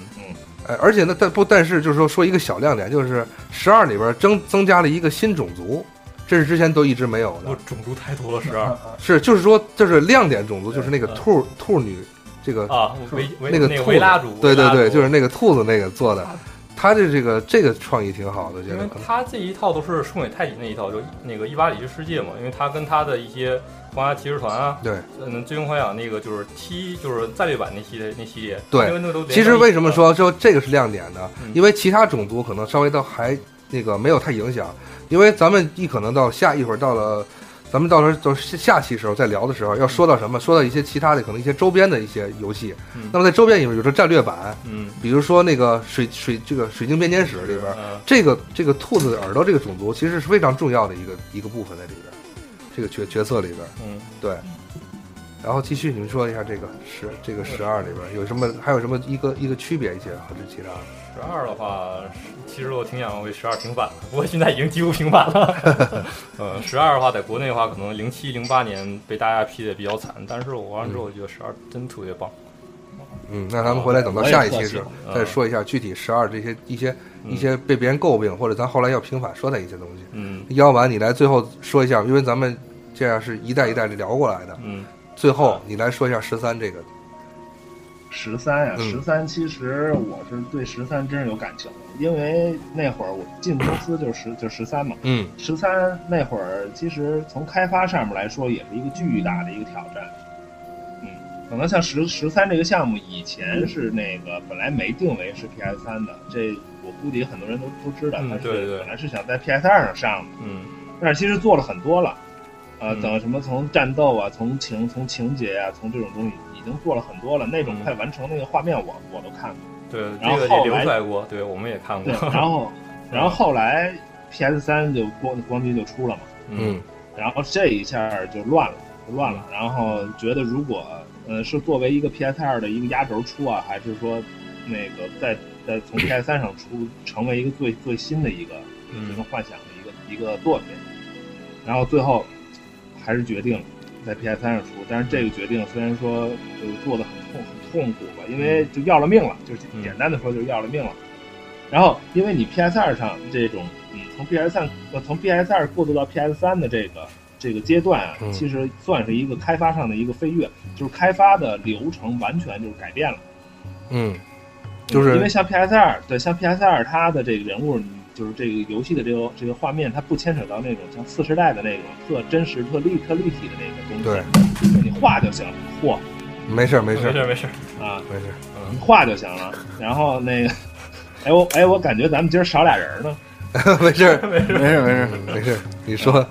呃，而且呢，但不，但是就是说，说一个小亮点，就是十二里边增增加了一个新种族，这是之前都一直没有
我
的。
种族太多了十二
是，就是说，就是亮点种族，就是
嗯
那个兔兔女，这个
啊，维维
那
那
个
个
兔
维
子
拉族，
对
维
对
拉
对，
族啊
就是那个兔子那个做的，他的这个这个创意挺好的，觉
因
得
为
可能
他这一套都是树美太己那一套，就那个伊巴里之世界嘛，因为他跟他的一些皇家骑士团啊，
对。
呃
嗯，最终幻想那个就是七，就是战略版那系列那系列，
对
因为那个都连
其
在
实
一起
为什么
了
说说这个是亮点呢
嗯？
因为其他种族可能稍微都还那个没有太影响，因为咱们一可能到下一会儿到了，咱们到时候到下下期时候再聊的时候，要说到什么，说到一些其他的可能一些周边的一些游戏
嗯。
那么在周边里面，比如说战略版，
嗯
比如说那个水水这个水晶编年史里边，
嗯
呃
这个这个兔子的耳朵这个种族其实是非常重要的一个一个部分在里边。这个角角色里边，
嗯，
对。然后继续你们说一下这个十这个十二里边有什么，还有什么一个一个区别一些和这其他的？
十二的话，是其实我挺想为十二平反的，不过现在已经几乎平反 了。呃，十二的话，在国内的话，可能零七零八年被大家批的比较惨，但是我玩完之后，我觉得十二真特别棒。
嗯，那咱们回来等到下一期时候
我也特喜欢
再说一下具体十二这些一些
嗯
一些被别人诟病或者咱后来要平反说的一些东西。
嗯
要不然你来最后说一下，因为咱们这样是一代一代聊过来的，
嗯，
最后你来说一下十三这个，
十三呀，
嗯
十三其实我是对十三真是有感情的，因为那会儿我进公司就是就十三嘛，
嗯
十三那会儿其实从开发上面来说也是一个巨大的一个挑战。嗯，可能像十十三这个项目以前是那个本来没定为是 PS 三的，这我估计很多人都都知道，
嗯
它是
对对
本来是想在 PS 二上上的，
嗯，
但是其实做了很多了。呃，
嗯
等什么从战斗啊，从情从情节啊，从这种东西已经做了很多了，那种
嗯
快完成那个画面我我都 看过。
对，
然后
这个也
后
流
来
出来过，对，我们也看
对
过。，
然后然后后来 PS 三就光光机就出了嘛，
嗯
然后这一下就乱了，就乱了。然后觉得如果呃是作为一个 PS 二的一个压轴出啊，还是说那个再再从 PS 三上出，成为一个最最新的一个
嗯
这种幻想的一个一个作品。然后最后还是决定在 PS 三上出，但是这个决定虽然说就是做的很痛很痛苦吧，因为就要了命了，就是
嗯
简单的说就是要了命了。然后因为你 PS 二上这种嗯从 PS 三呃从 PS 二过渡到 PS 三的这个这个阶段啊
嗯，
其实算是一个开发上的一个飞跃，就是开发的流程完全就是改变了。
嗯，就是
因为像 PS 二，对，像 PS 二，它的这个人物，就是这个游戏的这个这个画面，它不牵扯到那种像次时代的那种特真实、特立、特立体的那个东西。
对，
就是你画就行了，嚯
没事儿没
没
事儿
事没事，
啊，
没事儿，
你画就行了。然后那个，哎我哎我感觉咱们今儿少俩人呢，
没事 儿嗯
没事没事，
没事儿，你说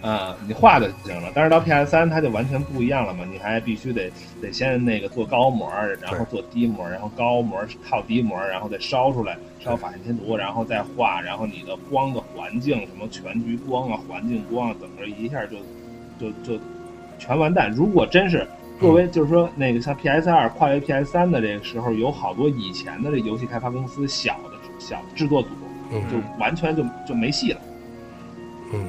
啊，你画就行了。但是到 PS 三，它就完全不一样了嘛，你还必须得得先那个做高模，然后做低模，然后高模套低模，然后再烧出来，烧法线贴图，然后再画，然后你的光的环境，什么全局光啊、环境光啊，整个一下就就就全完蛋。如果真是作为就是说那个像 PS 二跨越 PS 三的这个时候，有好多以前的这游戏开发公司小的小制作组
嗯，
就完全就就没戏了。
嗯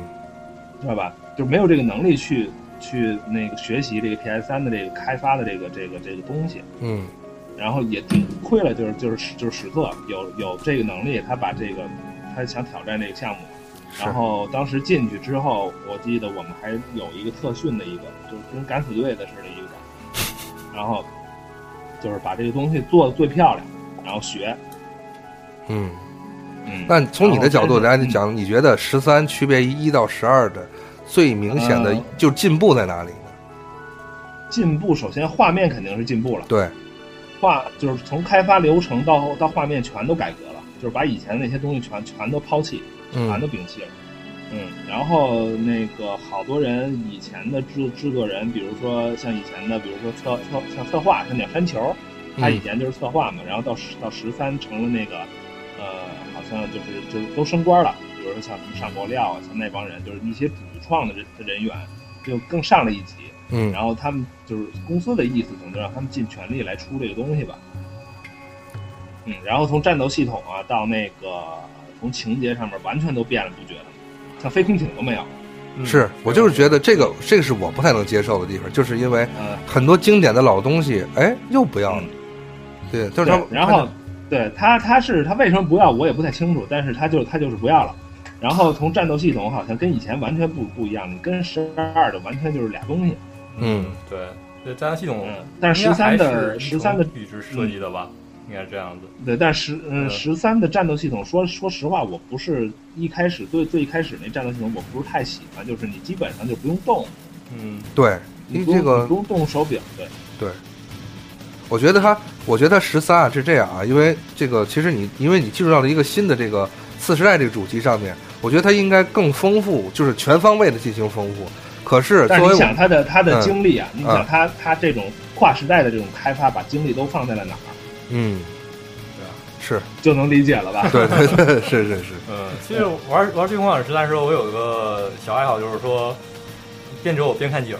知道吧？就没有这个能力去去那个学习这个 PS 三的这个开发的这个这个这个东西，
嗯
然后也挺亏了、就是，就是就是就是史特有有这个能力，他把这个他想挑战这个项目，
是
然后当时进去之后，我记得我们还有一个特训的一个，就是跟敢死队的似的一个感觉，然后就是把这个东西做的最漂亮，然后学，
嗯。
嗯，
那从你的角度来
然后这是
讲，你觉得十三区别于一到十二的最明显的
嗯
就进步在哪里呢？
进步，首先画面肯定是进步了。
对，
画就是从开发流程到到画面全都改革了，就是把以前那些东西全全都抛弃，全
嗯
都摒弃了。嗯，然后那个好多人以前的制制作人，比如说像以前的，比如说策策像策划，像鸟山球，他以
嗯
前就是策划嘛，然后到十到十三成了那个，呃，好像就是就是都升官了，比如说像什么上国料啊，像那帮人，就是一些主创的人人员就更上了一级。
嗯，
然后他们就是公司的意思，总之让他们尽全力来出这个东西吧。嗯，然后从战斗系统啊到那个从情节上面完全都变了，不觉得吗？像飞空艇都没有。
是我就是觉得这个这个是我不太能接受的地方，就是因为
呃，
很多经典的老东西，哎，又不要了。对，就是他
嗯对，然后对他他是他为什么不要我也不太清楚，但是他就他就是不要了。然后从战斗系统好像跟以前完全不不一样，你跟十二的完全就是俩东西。
嗯，
对，这战系统
嗯，但是十三的十
应该
三
还
的
是一直设计的吧，应该是这样子。
对，但是十嗯
嗯
十三的战斗系统，说说实话，我不是一开始对最一开始那战斗系统，我不是太喜欢，就是你基本上就不用动，
嗯，
对，
你
因
不
为
用
这个呃
你不用动手柄，对，
我觉得他，我觉得十三啊是这样啊，因为这个其实你因为你进入到了一个新的这个次时代这个主题上面，我觉得它应该更丰富，就是全方位的进行丰富。可是
但
作
是
为
你
我
想
们
他的他的
嗯
精力啊，你
嗯
想他他这种跨时代的这种开发，把精力都放在了哪儿，
嗯，是
就能理解了吧？
对对对， 是是是，
嗯，其实玩玩《最空幻十三》时候，我有一个小爱好，就是说，
边走我边看景儿，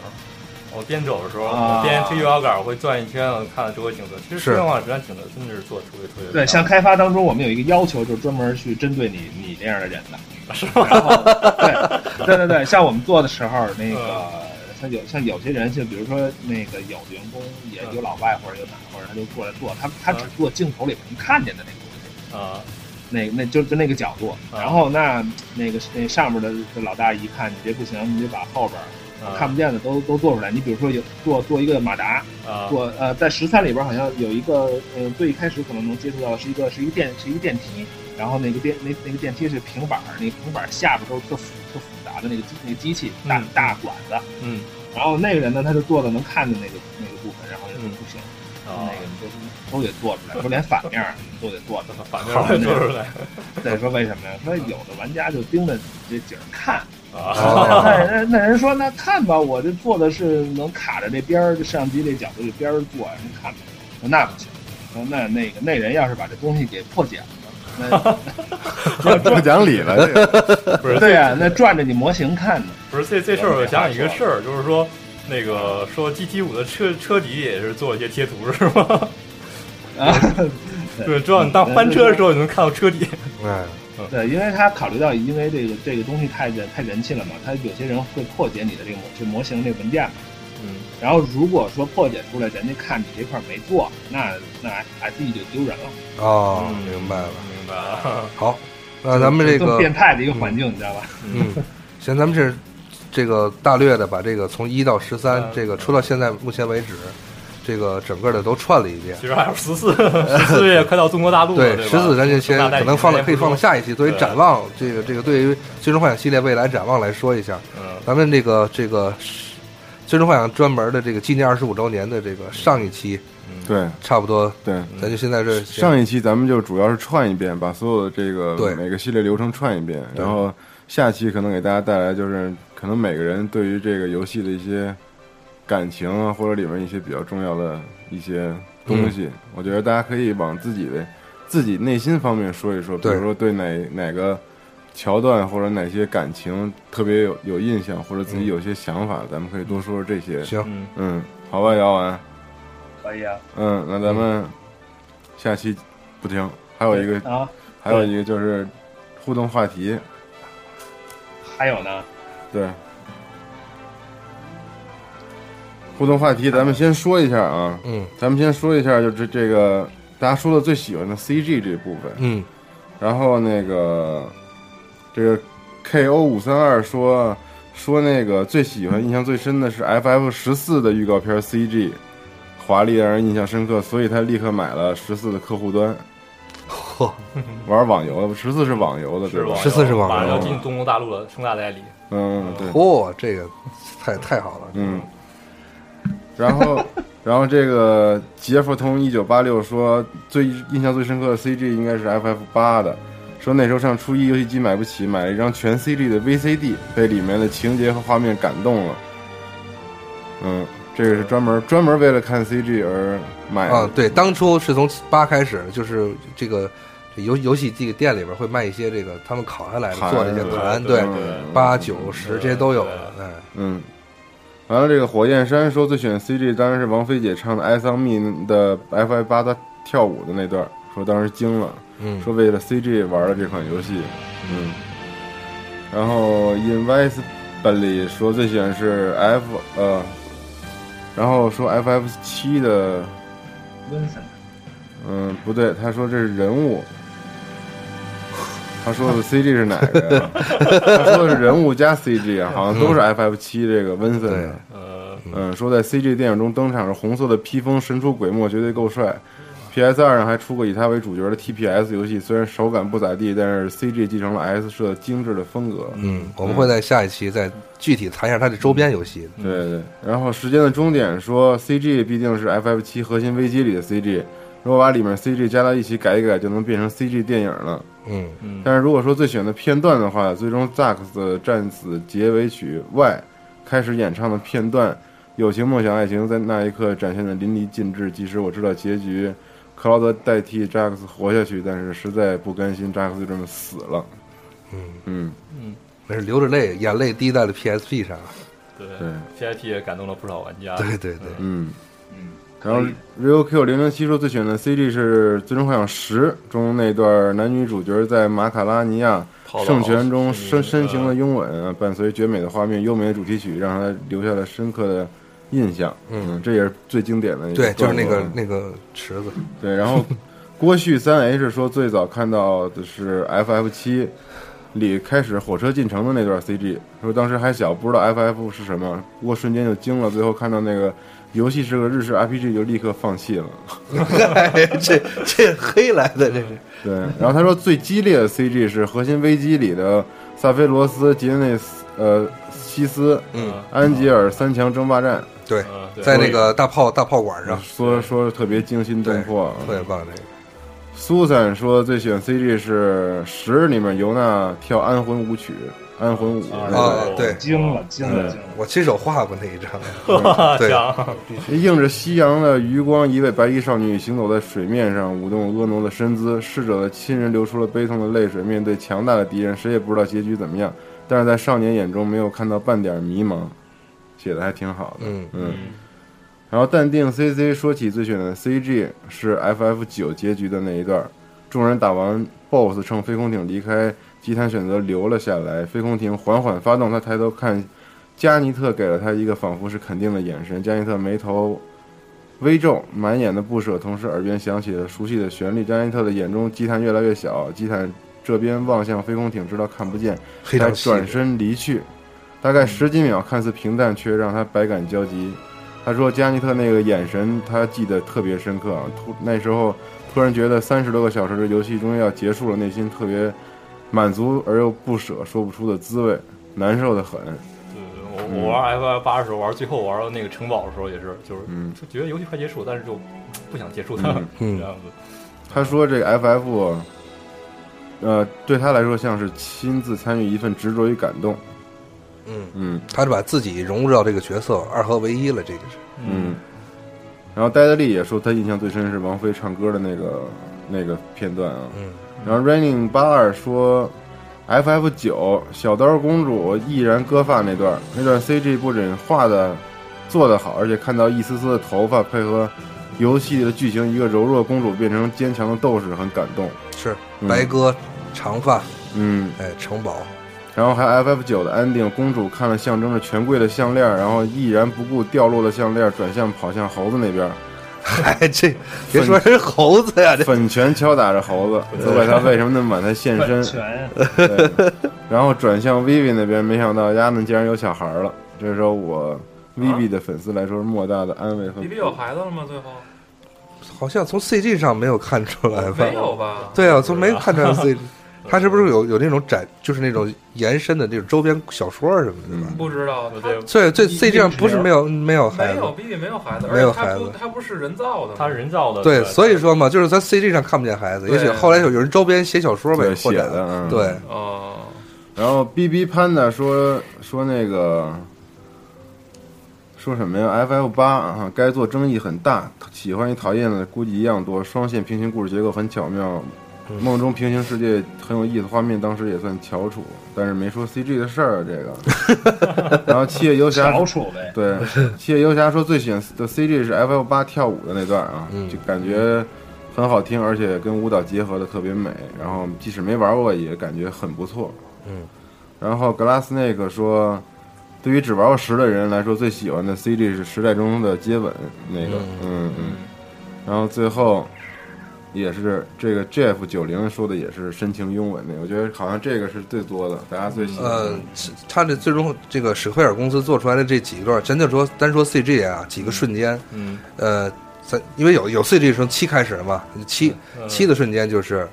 我边走的时候，
啊
我边推摇杆，我会转一圈，我看看周围景色。其实
是
西双版纳自然景色真的是做得特别特别
对，
漂
像开发当中，我们有一个要求，就是专门去针对你你这样的人的，是吧？对对对对，像我们做的时候，那个像有像有些人，就比如说那个有的员工也有老外或者有哪或者他就过来做，他他只做镜头里能看见的那个东西。
亮啊，
那那就就那个角度，
啊
然后那那个那上面的老大一看你这不行，你得把后边儿
啊
看不见的都都做出来。你比如说有做做一个马达，
啊
做呃在十三里边好像有一个呃最一开始可能能接触到的是一个是一个电是一个电梯，然后那个电那那个电梯是平板儿，那个平板儿下边都是特复特复杂的那个机那个机器大、
嗯
大管子，
嗯，
然后那个人呢他就做的能看见那个那个部分，然后就说
嗯
不行，那
啊
个你就都得做出来，说连反面儿你都得做出来。
反面儿做出来
再说为什么呀？说有的玩家就盯着你这景儿看，
啊，
哦
哎那人那人说那看吧，我这做的是能卡着这边儿，这摄像机这角度这边儿做，人看吧。我说那不行，我说那那个那人要是把这东西给破解了呢，
不讲理了，这 个
不
那
是
对呀、那转着你模型看呢。
不是这这事儿，我想起一个事儿，就是说那个说 GT 五的车车底也是做了一些贴图，是吗？
啊，
对，只要你当翻车的时候，你能看到车底。
哎，
对，因为他考虑到，因为这个这个东西太人太人气了嘛，他有些人会破解你的这个模这模型这个文件嘛。
嗯，
然后如果说破解出来，人家看你这块儿没做，那那 SE 就丢人了。
哦，
嗯
明白了。
明白了。
好，那咱们这
更
个，
变态的一个环境，你知道吧？
嗯，行，咱们这这个大略的把这个从一到十
嗯
三，这个出到现在目前为止，这个整个的都串了一遍。
其实还有十四，十四也快到中国大陆了，
对，
对吧？
十四咱就先
大概
可能放
时
到
间
可以
不
放到
多
下一期，作为
对
展望，这个这个对于《最终幻想》系列未来展望来说一下，
嗯
咱们这个这个《最终幻想》专门的这个纪念二十五周年的这个上一期，
对
差不多
对。
咱就先在这先
上一期咱们就主要是串一遍，把所有的这
对
个每个系列流程串一遍，然后下期可能给大家带来就是可能每个人对于这个游戏的一些感情啊，或者里面一些比较重要的一些东西，
嗯
我觉得大家可以往自己的自己内心方面说一说，比
对
如说对哪哪个桥段或者哪些感情特别有有印象，或者自己有些想法，咱们可以多说说这些。
嗯行，
嗯，
嗯，好吧，姚文。
可以啊，
嗯，那咱们下期不听，还有一个，
啊，
还有一个就是互动话题，
还有呢，
对，互动话题，咱们先说一下啊，
嗯
咱们先说一下，就这这个大家说的最喜欢的 CG 这部分，
嗯
然后那个这个 KO 五三二说说那个最喜欢、印象最深的是 FF 十四的预告片 CG，华丽让人印象深刻，所以他立刻买了十四的客户端。
嚯，
玩网游的，十四是网游的，对吧？
十四是网
马上要
游，
进中国大陆了，盛大代理。
嗯，对，
嚯、这个太太好了，
嗯。然后， 然后这个杰弗通一九八六说最印象最深刻的 CG 应该是 FF 八的，说那时候上初一游戏机买不起，买了一张全 CG 的 VCD，被里面的情节和画面感动了。嗯，这个是专门专门为了看 CG 而买的。
啊，对，当初是从八开始，就是这个游游戏这个店里边会卖一些这个他们烤下来的
盘
做的一些
对
盘，
对
对，
嗯
八九十这些都有了，哎，
嗯，完了，这个火焰山说最喜欢 CG 当然是王菲姐唱的《I Saw Me》的 FI 八，她跳舞的那段儿，说当时惊了，
嗯，
说为了 CG 玩了这款游戏，嗯。然后 Invisibly 说最喜欢是 F 呃，然后说 FF 七的，
温森
嗯，不对，他说这是人物。 他说的 CG 是哪个呀？ 他说的是人物加 CG 啊，好像都是 FF 七这个温森
对
的。
呃，
嗯，说在 CG 电影中登场是红色的披风，神出鬼没，绝对够帅。PS 二上还出过以他为主角的 TPS 游戏，虽然手感不咋地，但是 CG 继承了 S 社精致的风格。
嗯，我们会在下一期再具体谈一下它的周边游戏。
对对。然后时间的终点说，CG 毕竟是 FF 七核心危机里的 CG，如果把里面 CG 加到一起改一改，就能变成 CG 电影了。
嗯，
但是如果说最喜欢的片段的话，最终 Zax 的战死结尾曲 Y 开始演唱的片段，友情、梦想、爱情在那一刻展现的淋漓尽致。即使我知道结局，克劳德代替扎克斯活下去，但是实在不甘心扎克斯就这么死了。嗯嗯，
没事，流着泪，眼泪滴在了 PSP 上。
对
对，
，PIP 也感动了不少玩家。
对对对，
嗯
嗯，
然后 Real Q 零零七说最喜欢的 CG 是《最终幻想十》中那段男女主角在马卡拉尼亚圣泉中深深情的拥吻，啊伴随绝美的画面、优美的主题曲，让他留下了深刻的印象。
嗯，
这也是最经典的一
对，就是那
段
个
落
那个池子，
对，然后郭旭三 H 说最早看到的是 FF 七里开始火车进城的那段 CG，说当时还小，不知道 FF 是什么，不过瞬间就惊了，最后看到那个游戏是个日式 RPG 就立刻放弃了。
这 这黑来的这是，
对，然后他说最激烈的 CG 是《核心危机》里的萨菲罗斯、吉内斯、呃西斯、
嗯，
安吉尔三强争霸战，
对，
嗯，对，
在那个大炮大炮管上，
说说特别惊心动魄啊。
特别棒这个。
Susan 说最喜欢 CG 是十里面尤娜跳安魂舞曲，安魂舞那个
啊，对，
惊了，惊
哎
了，惊了！
我亲手画过那一张，对，
映着夕阳的余光，一位白衣少女行走在水面上，舞动婀娜的身姿。逝者的亲人流出了悲痛的泪水，面对强大的敌人，谁也不知道结局怎么样。但是在少年眼中，没有看到半点迷茫，写的还挺好的。
嗯，
嗯。然后淡定 CC 说起最选的 CG 是 FF 九结局的那一段儿，众人打完 BOSS，乘飞空艇离开，吉坦选择留了下来。飞空艇缓缓发动，他抬头看，加尼特给了他一个仿佛是肯定的眼神。加尼特眉头微皱，满眼的不舍，同时耳边响起了熟悉的旋律。加尼特的眼中吉坦越来越小，吉坦这边望向飞空艇，直到看不见，
非
才
常细
转
致
身离去。大概十几秒，看似平淡，却让他百感交集。他说加尼特那个眼神，他记得特别深刻啊。突那时候突然觉得三十多个小时的游戏终于要结束了，内心特别满足而又不舍，说不出的滋味，难受的很。
嗯我我
嗯
玩 F F 八的时候，玩最后玩到那个城堡的时候，也是，就是
嗯
就觉得游戏快结束，但是就不想结束它，
嗯
这样子。
他说这个 FF，呃，对他来说像是亲自参与一份执着与感动。
嗯
嗯
他是把自己融入到这个角色，二合为一了，这个是，
嗯。然后戴德利也说他印象最深是王菲唱歌的那个那个片段啊。
嗯，
然后 Raining 八二说，FF 九小刀公主毅然割发那段儿，那段 CG 不仅画的做得好，而且看到一丝丝的头发配合游戏的剧情，一个柔弱公主变成坚强的斗士，很感动。
是
嗯
白鸽长发，
嗯，
哎，城 堡，
然后还 FF 九的 ending，公主看了象征着权贵的项链儿，然后毅然不顾掉落的项链儿，转向跑向猴子那边儿，
哎，这别说人猴子呀，这
粉拳敲打着猴子，责怪他为什么那么晚才现身。
全
对，然后转向 Vivi 那边，没想到丫们竟然有小孩了。这时候我 Vivi 的粉丝来说是莫大的安慰和
你比有孩子了吗？最后
好像从 CG 上没有看出来吧
哦没？有吧？
对啊，从没看出来 CG，他是不是有有那种展，就是那种延伸的这种周边小说什么的吧？
不知道，他
所以这
嗯一
CG 上不是没有没有孩
没
子，
有 B B 没有孩子，
没有
而且他不
孩子
他不是人造的，
它是人造的，
对，所以说嘛，就是在 CG 上看不见孩子，也许
对
后来有人周边写小说呗，
对
或
写
者
的，嗯，
对，
哦，
然后 B B 潘的说说那个说什么呀？F F 八啊，该做争议很大，喜欢与讨厌的估计一样多。双线平行故事结构很巧妙，梦中平行世界很有意思，画面当时也算翘楚，但是没说 C G 的事儿啊。这个，然后七夜游侠
翘楚呗。
对，七夜游侠说最喜欢的 CG 是 F F 八跳舞的那段啊，就感觉很好听，而且跟舞蹈结合的特别美。然后即使没玩过，也感觉很不错。嗯，然后 Glass Snake 说，对于只玩过十的人来说，最喜欢的 CG 是时代中的接吻那个，嗯嗯。然后最后也是这个 Jeff 九零说的也是深情拥吻那个，我觉得好像这个是最多的，大家最喜欢的。
呃，他这最终这个史奎尔公司做出来的这几段，真的说单说 CG 啊，几个瞬间，
嗯，
呃，在因为有有 CG 从七开始嘛，七
嗯
七的瞬间就是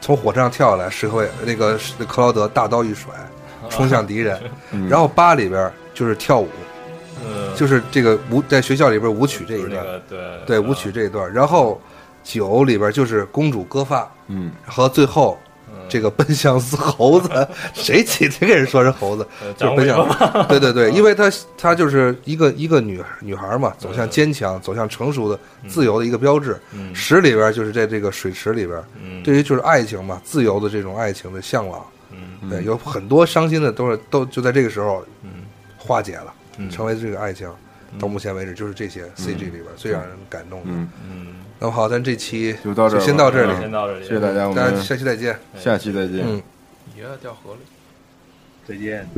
从火车上跳下来，史奎那个克劳德大刀一 甩，冲向敌人，然后八里边就是跳舞，
嗯，
就是这个舞在学校里边舞曲这
就
一
是
段
那，个对嗯
对舞曲这一段，然后九里边就是公主割发
嗯，
和最后。
嗯
这个奔向死猴子， 谁起这给人说是猴子？
呃
就
掌嗯
是
握
奔
一个
向，对对 对，因为她她就是一个一个女女孩嘛，走向坚强、走向成熟的、自由的一个标志。
嗯
十里边就是在这个水池里边，
嗯
对于就是爱情嘛，自由的这种爱情的向往，
嗯
对，有很多伤心的都是都就在这个时候
嗯
化解了。
嗯
成为这个爱情，到目前为止就是这些 CG 里边最让人感动的。
嗯，
嗯，
那么好，咱这期
就到这儿吧，
先到这里
嗯
先到这里，
谢谢大家，我
大家
们
下期再见。
下期再见。
嗯。
爷掉河里。
再见。